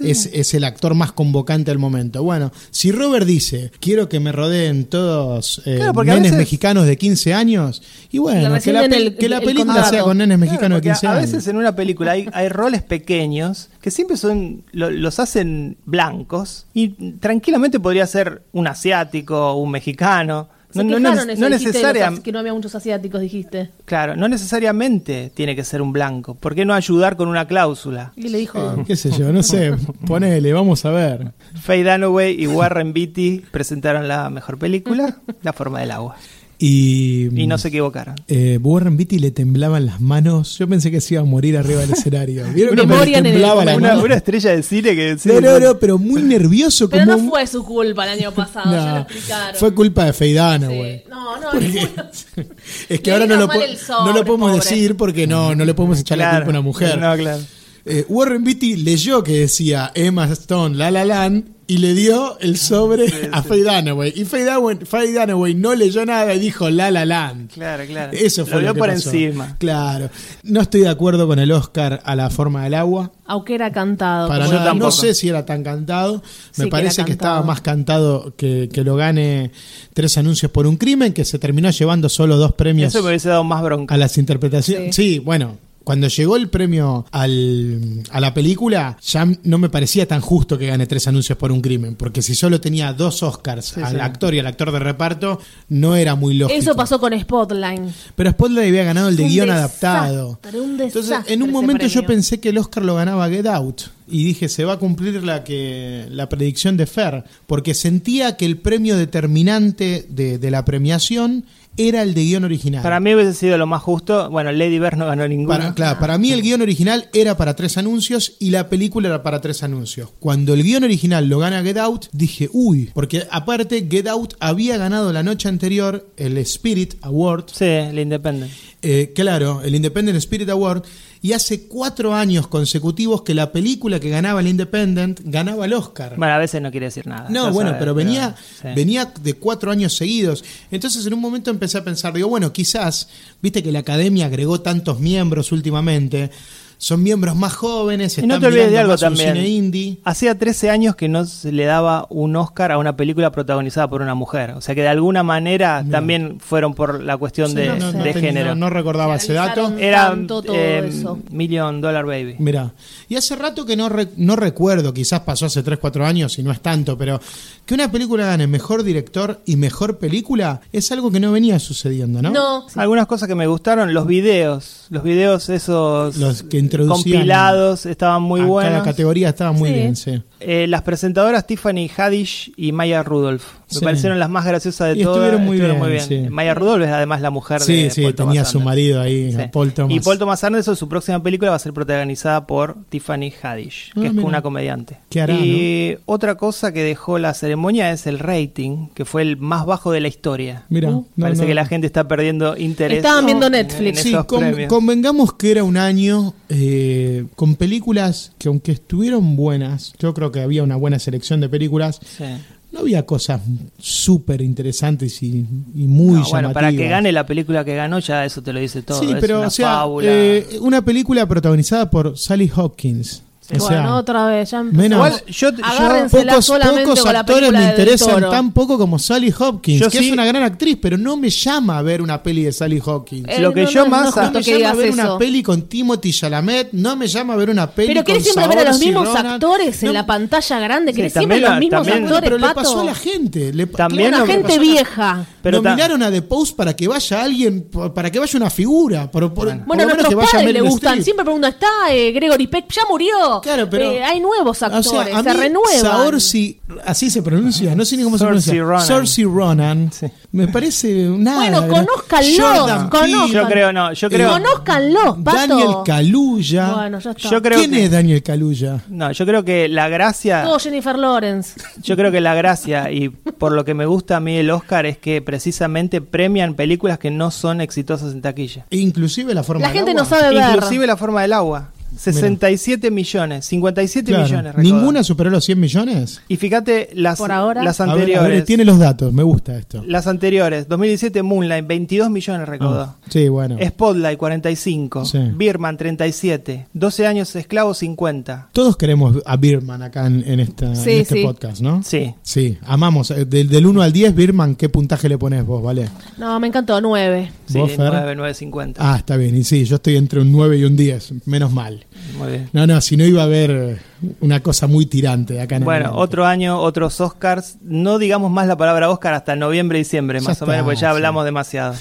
[SPEAKER 4] es, es el actor más convocante del momento. Bueno, si Robert dice, quiero que me rodeen todos eh,
[SPEAKER 3] Claro, porque a
[SPEAKER 4] nenes
[SPEAKER 3] veces-
[SPEAKER 4] mexicanos de 15 años, y bueno,
[SPEAKER 2] Le
[SPEAKER 4] bueno, que la,
[SPEAKER 2] rescinden
[SPEAKER 4] pel-
[SPEAKER 2] el-
[SPEAKER 4] que la
[SPEAKER 2] el
[SPEAKER 4] película
[SPEAKER 2] contrato.
[SPEAKER 4] sea con nenes mexicanos
[SPEAKER 3] Claro,
[SPEAKER 4] de
[SPEAKER 3] porque
[SPEAKER 4] 15
[SPEAKER 3] a-
[SPEAKER 4] años. Eh,
[SPEAKER 3] A veces en una película hay, hay roles pequeños que siempre son lo- los hacen blancos y tranquilamente podría ser un asiático, un mexicano.
[SPEAKER 2] Se
[SPEAKER 3] No, no, no,
[SPEAKER 2] quejaron
[SPEAKER 3] no
[SPEAKER 2] eso, dijiste, de los
[SPEAKER 3] necesaria-
[SPEAKER 2] as- que no había muchos asiáticos, dijiste.
[SPEAKER 3] claro, no necesariamente tiene que ser un blanco. ¿Por qué no ayudar con una cláusula?
[SPEAKER 2] Y le dijo,
[SPEAKER 4] Qué sé yo, no sé, ponele, vamos a ver.
[SPEAKER 3] Faye Dunaway y Warren Beatty presentaron la mejor película, La forma del agua.
[SPEAKER 4] Y,
[SPEAKER 3] Y no se equivocaron.
[SPEAKER 4] eh, Warren Beatty le temblaban las manos. Yo pensé que se iba a morir arriba del escenario. ¿Vieron
[SPEAKER 2] Una
[SPEAKER 4] cómo le
[SPEAKER 2] memoria en el-
[SPEAKER 4] temblaba las
[SPEAKER 3] Una,
[SPEAKER 4] manos?
[SPEAKER 3] una estrella de cine que... sí,
[SPEAKER 4] No, no,
[SPEAKER 3] no-
[SPEAKER 4] no, pero muy nervioso.
[SPEAKER 2] pero
[SPEAKER 4] como
[SPEAKER 2] no
[SPEAKER 4] un-
[SPEAKER 2] fue su culpa el año pasado, ya lo
[SPEAKER 4] No,
[SPEAKER 2] explicaron.
[SPEAKER 4] fue culpa de Feidana,
[SPEAKER 2] Sí.
[SPEAKER 4] güey.
[SPEAKER 2] No, no,
[SPEAKER 4] Porque-
[SPEAKER 2] no fue-
[SPEAKER 4] Es que
[SPEAKER 2] Le
[SPEAKER 4] ahora no
[SPEAKER 2] vino
[SPEAKER 4] lo,
[SPEAKER 2] mal
[SPEAKER 4] po-
[SPEAKER 2] el sobre,
[SPEAKER 4] no lo podemos
[SPEAKER 2] pobre.
[SPEAKER 4] decir porque no, no le podemos echar la
[SPEAKER 3] Claro,
[SPEAKER 4] culpa a una mujer.
[SPEAKER 3] No, claro.
[SPEAKER 4] Eh, Warren Beatty leyó que decía Emma Stone, La La Land, y le dio el sobre a Faye Dunaway. Y Faye Dunaway, Faye Dunaway no leyó nada y dijo La La Land.
[SPEAKER 3] Claro, claro.
[SPEAKER 4] Eso fue
[SPEAKER 3] Lo
[SPEAKER 4] lo,
[SPEAKER 3] vio
[SPEAKER 4] que
[SPEAKER 3] por
[SPEAKER 4] pasó.
[SPEAKER 3] encima.
[SPEAKER 4] Claro. No estoy de acuerdo con el Oscar a la forma del agua.
[SPEAKER 2] Aunque era cantado.
[SPEAKER 4] Para
[SPEAKER 2] como
[SPEAKER 3] yo
[SPEAKER 4] no,
[SPEAKER 2] dijo.
[SPEAKER 4] no
[SPEAKER 3] tampoco.
[SPEAKER 4] sé si era tan cantado.
[SPEAKER 2] Sí,
[SPEAKER 4] Me
[SPEAKER 2] que
[SPEAKER 4] parece
[SPEAKER 2] era
[SPEAKER 4] que, estaba
[SPEAKER 2] cantado.
[SPEAKER 4] más cantado que, que lo gane tres anuncios por un crimen, que se terminó llevando solo dos premios
[SPEAKER 3] Eso me hubiese dado más bronca.
[SPEAKER 4] a las interpretaciones. Sí, bueno. Cuando llegó el premio al, a la película, ya no me parecía tan justo que gane tres anuncios por un crimen, porque si solo tenía dos Oscars al actor y al actor de reparto, no era muy lógico.
[SPEAKER 2] Eso pasó con Spotline.
[SPEAKER 4] Pero Spotlight había ganado el de
[SPEAKER 2] Un
[SPEAKER 4] guión
[SPEAKER 2] desastre,
[SPEAKER 4] adaptado.
[SPEAKER 2] un
[SPEAKER 4] Entonces,
[SPEAKER 2] desastre
[SPEAKER 4] en un
[SPEAKER 2] ese
[SPEAKER 4] momento yo
[SPEAKER 2] premio.
[SPEAKER 4] pensé que el Oscar lo ganaba Get Out. Y dije, se va a cumplir la, que, la predicción de Fer. Porque sentía que el premio determinante de, de la premiación era el de guión original.
[SPEAKER 3] Para mí hubiese sido lo más justo. Bueno, Lady Bird no ganó ninguno.
[SPEAKER 4] Para, claro, para mí el guión original era para tres anuncios y la película era para tres anuncios. Cuando el guión original lo gana Get Out, dije, uy, porque aparte Get Out había ganado la noche anterior el Spirit Award,
[SPEAKER 3] Sí, el Independent.
[SPEAKER 4] eh, claro, el Independent Spirit Award, y hace cuatro años consecutivos que la película que ganaba el Independent ganaba el Oscar.
[SPEAKER 3] Bueno, a veces no quiere decir nada.
[SPEAKER 4] No,
[SPEAKER 3] Ah, ya
[SPEAKER 4] bueno,
[SPEAKER 3] sabes,
[SPEAKER 4] pero venía,
[SPEAKER 3] sí.
[SPEAKER 4] venía de cuatro años seguidos. Entonces en un momento empecé a pensar, digo, bueno, quizás, viste que la academia agregó tantos miembros últimamente, son miembros más jóvenes,
[SPEAKER 3] Y no
[SPEAKER 4] están
[SPEAKER 3] te olvides de
[SPEAKER 4] mirando
[SPEAKER 3] algo
[SPEAKER 4] más un
[SPEAKER 3] también.
[SPEAKER 4] cine indie.
[SPEAKER 3] Hacía 13 años que no se le daba un Oscar a una película protagonizada por una mujer. O sea que de alguna manera también fueron por la cuestión de,
[SPEAKER 4] no, no, no
[SPEAKER 3] de
[SPEAKER 4] tenía-
[SPEAKER 3] género.
[SPEAKER 4] no recordaba ese dato.
[SPEAKER 2] Analizaron
[SPEAKER 3] Era
[SPEAKER 2] tanto todo
[SPEAKER 3] eh,
[SPEAKER 2] eso.
[SPEAKER 3] Million Dollar Baby.
[SPEAKER 4] Mira, y hace rato que no, re- no recuerdo, quizás pasó hace 3, 4 años y no es tanto, pero que una película gane mejor director y mejor película es algo que no venía sucediendo, ¿no?
[SPEAKER 2] No, sí.
[SPEAKER 3] Algunas cosas que me gustaron, los videos, los videos esos
[SPEAKER 4] Los que introducían
[SPEAKER 3] compilados estaban muy
[SPEAKER 4] A
[SPEAKER 3] buenos.
[SPEAKER 4] Cada Ah, categoría estaba muy
[SPEAKER 2] Sí.
[SPEAKER 4] bien, sí.
[SPEAKER 3] Eh, las presentadoras Tiffany Haddish y Maya Rudolph. Me
[SPEAKER 4] Sí.
[SPEAKER 3] parecieron las más graciosas de
[SPEAKER 4] Y
[SPEAKER 3] todas.
[SPEAKER 4] estuvieron muy bien, sí.
[SPEAKER 3] Maya Rudolph es además la mujer
[SPEAKER 4] Sí,
[SPEAKER 3] de
[SPEAKER 4] sí,
[SPEAKER 3] Paul Thomas
[SPEAKER 4] tenía a su
[SPEAKER 3] Anderson.
[SPEAKER 4] marido ahí,
[SPEAKER 3] Sí.
[SPEAKER 4] a Paul Thomas.
[SPEAKER 3] Y Paul Thomas Anderson, su próxima película va a ser protagonizada por Tiffany Haddish, que
[SPEAKER 4] Ah,
[SPEAKER 3] es
[SPEAKER 4] mira.
[SPEAKER 3] una comediante.
[SPEAKER 4] ¿Qué hará,
[SPEAKER 3] y otra cosa que dejó la ceremonia es el rating, que fue el más bajo de la historia.
[SPEAKER 4] Mira, no,
[SPEAKER 3] uh, Parece
[SPEAKER 4] no.
[SPEAKER 3] que la gente está perdiendo interés.
[SPEAKER 2] Estaban viendo
[SPEAKER 3] en-
[SPEAKER 2] Netflix.
[SPEAKER 3] En
[SPEAKER 4] Sí,
[SPEAKER 3] esos
[SPEAKER 4] con-
[SPEAKER 3] premios.
[SPEAKER 4] convengamos que era un año eh, con películas que aunque estuvieron buenas, yo creo que había una buena selección de películas,
[SPEAKER 3] Sí.
[SPEAKER 4] no había cosas súper interesantes y, y muy
[SPEAKER 3] No, bueno, para que
[SPEAKER 4] llamativas.
[SPEAKER 3] gane la película que ganó, ya eso te lo dice todo.
[SPEAKER 4] Sí,
[SPEAKER 3] es
[SPEAKER 4] pero
[SPEAKER 3] una
[SPEAKER 4] o sea,
[SPEAKER 3] fábula.
[SPEAKER 4] eh, una película protagonizada por Sally Hawkins. O
[SPEAKER 2] bueno,
[SPEAKER 4] sea,
[SPEAKER 2] otra vez. Ya empezó.
[SPEAKER 4] menos-
[SPEAKER 3] Igual, yo, yo-
[SPEAKER 2] Agárrense. Dársela
[SPEAKER 4] pocos,
[SPEAKER 2] solamente
[SPEAKER 4] pocos
[SPEAKER 2] con la
[SPEAKER 4] actores
[SPEAKER 2] película
[SPEAKER 4] me
[SPEAKER 2] de Del
[SPEAKER 4] interesan
[SPEAKER 2] Toro.
[SPEAKER 4] tan poco como Sally Hopkins,
[SPEAKER 3] Yo
[SPEAKER 4] que
[SPEAKER 3] sí-
[SPEAKER 4] es una gran actriz, pero no me llama a ver una peli de Sally Hopkins.
[SPEAKER 2] Eh,
[SPEAKER 3] lo que yo
[SPEAKER 2] es
[SPEAKER 3] más-
[SPEAKER 2] justo
[SPEAKER 3] no
[SPEAKER 4] no me
[SPEAKER 2] que
[SPEAKER 4] llama a
[SPEAKER 2] digas
[SPEAKER 4] ver
[SPEAKER 2] eso.
[SPEAKER 4] una peli con Timothy Chalamet, no me llama a ver una peli
[SPEAKER 2] Pero
[SPEAKER 4] con
[SPEAKER 2] querés siempre ver a los
[SPEAKER 4] Saoirse
[SPEAKER 2] mismos
[SPEAKER 4] Ronan.
[SPEAKER 2] actores en
[SPEAKER 4] No,
[SPEAKER 2] la pantalla grande,
[SPEAKER 3] Sí,
[SPEAKER 2] querés
[SPEAKER 3] también
[SPEAKER 2] siempre
[SPEAKER 3] la-
[SPEAKER 2] los mismos
[SPEAKER 3] también-
[SPEAKER 2] actores,
[SPEAKER 4] Pero le
[SPEAKER 2] Pato.
[SPEAKER 4] pasó a la gente. le pa-
[SPEAKER 3] También
[SPEAKER 2] una
[SPEAKER 3] lo
[SPEAKER 4] claro
[SPEAKER 3] que
[SPEAKER 4] que le
[SPEAKER 2] gente
[SPEAKER 4] pasó a la gente.
[SPEAKER 2] vieja.
[SPEAKER 3] Pero ta-
[SPEAKER 4] Nominaron a The Post para que vaya alguien, por- para que vaya una figura. por- por- por
[SPEAKER 2] Bueno,
[SPEAKER 4] lo
[SPEAKER 2] a
[SPEAKER 4] menos que
[SPEAKER 2] nuestros
[SPEAKER 4] vaya
[SPEAKER 2] padres
[SPEAKER 4] Meryl
[SPEAKER 2] le gustan.
[SPEAKER 4] Streep.
[SPEAKER 2] Siempre preguntan, ¿está eh, Gregory Peck? ¿Ya murió?
[SPEAKER 4] Claro, pero-
[SPEAKER 2] Eh, hay nuevos actores,
[SPEAKER 4] O sea, a
[SPEAKER 2] se
[SPEAKER 4] mí,
[SPEAKER 2] renuevan.
[SPEAKER 4] Saoirse- así se pronuncia, no sé ni cómo se
[SPEAKER 3] Saoirse
[SPEAKER 4] pronuncia.
[SPEAKER 3] Ronan.
[SPEAKER 4] Saoirse Ronan.
[SPEAKER 3] Sí.
[SPEAKER 4] Me parece nada.
[SPEAKER 2] Bueno,
[SPEAKER 4] ¿verdad?
[SPEAKER 2] conózcanlo,
[SPEAKER 4] Jordan Peele,
[SPEAKER 2] conozcan.
[SPEAKER 3] yo creo, no,
[SPEAKER 4] Eh,
[SPEAKER 3] yo creo.
[SPEAKER 2] Conózcanlos, Pato.
[SPEAKER 4] Daniel Kaluuya.
[SPEAKER 2] Bueno, ya está.
[SPEAKER 3] Yo creo
[SPEAKER 4] ¿Quién
[SPEAKER 3] que-
[SPEAKER 4] es Daniel Kaluuya?
[SPEAKER 3] No, yo creo que la gracia,
[SPEAKER 2] Todo Jennifer Lawrence.
[SPEAKER 3] yo creo que la gracia y por lo que me gusta a mí el Oscar es que precisamente premian películas que no son exitosas en taquilla.
[SPEAKER 4] E Inclusive la forma
[SPEAKER 2] La
[SPEAKER 4] del
[SPEAKER 2] gente
[SPEAKER 4] agua.
[SPEAKER 2] no sabe ver.
[SPEAKER 3] Inclusive La forma del agua, 67 millones, 57
[SPEAKER 4] Claro,
[SPEAKER 3] millones. recaudados.
[SPEAKER 4] ¿Ninguna superó los 100 millones?
[SPEAKER 3] Y fíjate las
[SPEAKER 2] Por ahora.
[SPEAKER 3] las
[SPEAKER 4] A ver, a ver,
[SPEAKER 3] anteriores.
[SPEAKER 4] tiene los datos, me gusta esto.
[SPEAKER 3] Las anteriores, 2017 Moonlight 22 millones recaudó.
[SPEAKER 4] Ah, Sí, bueno.
[SPEAKER 3] Spotlight 45,
[SPEAKER 4] Sí.
[SPEAKER 3] Birman 37, 12 años esclavo 50.
[SPEAKER 4] Todos queremos a Birman acá en, en esta,
[SPEAKER 2] Sí,
[SPEAKER 4] en este
[SPEAKER 2] sí.
[SPEAKER 4] podcast, ¿no?
[SPEAKER 3] Sí.
[SPEAKER 4] Sí, amamos. Eh, Del, 1 al 10, Birman, ¿qué puntaje le pones vos, vale?
[SPEAKER 2] No, me encantó, nueve.
[SPEAKER 3] Sí,
[SPEAKER 4] ¿Vos, Fer?
[SPEAKER 3] 9950.
[SPEAKER 4] Ah, está bien. Y sí, yo estoy entre un 9 y un 10. Menos mal.
[SPEAKER 3] Muy bien.
[SPEAKER 4] No, no, si no iba a haber una cosa muy tirante acá en el
[SPEAKER 3] Bueno,
[SPEAKER 4] momento.
[SPEAKER 3] otro año, otros Oscars. No digamos más la palabra Oscar hasta noviembre, diciembre,
[SPEAKER 4] Ya
[SPEAKER 3] más o
[SPEAKER 4] está,
[SPEAKER 3] menos, porque ya
[SPEAKER 4] sí.
[SPEAKER 3] hablamos demasiado.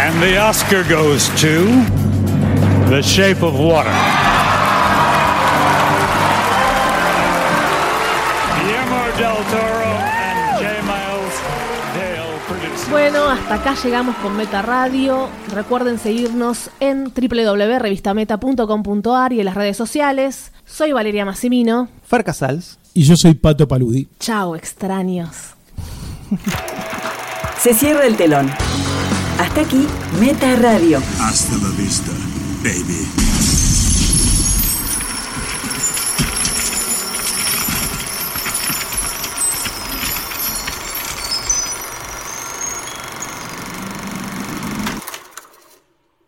[SPEAKER 5] And the Oscar goes to The Shape of Water. Guillermo del Toro and J. Miles Dale produced.
[SPEAKER 2] Bueno, hasta acá llegamos con Meta Radio. Recuerden seguirnos en www.revistameta.com.ar y en las redes sociales. Soy Valeria Massimino.
[SPEAKER 3] Fer Casals.
[SPEAKER 4] Y yo soy Pato Paludi.
[SPEAKER 2] Chao, extraños.
[SPEAKER 1] Se cierra el telón. Hasta aquí, Meta Radio.
[SPEAKER 6] Hasta la vista, baby.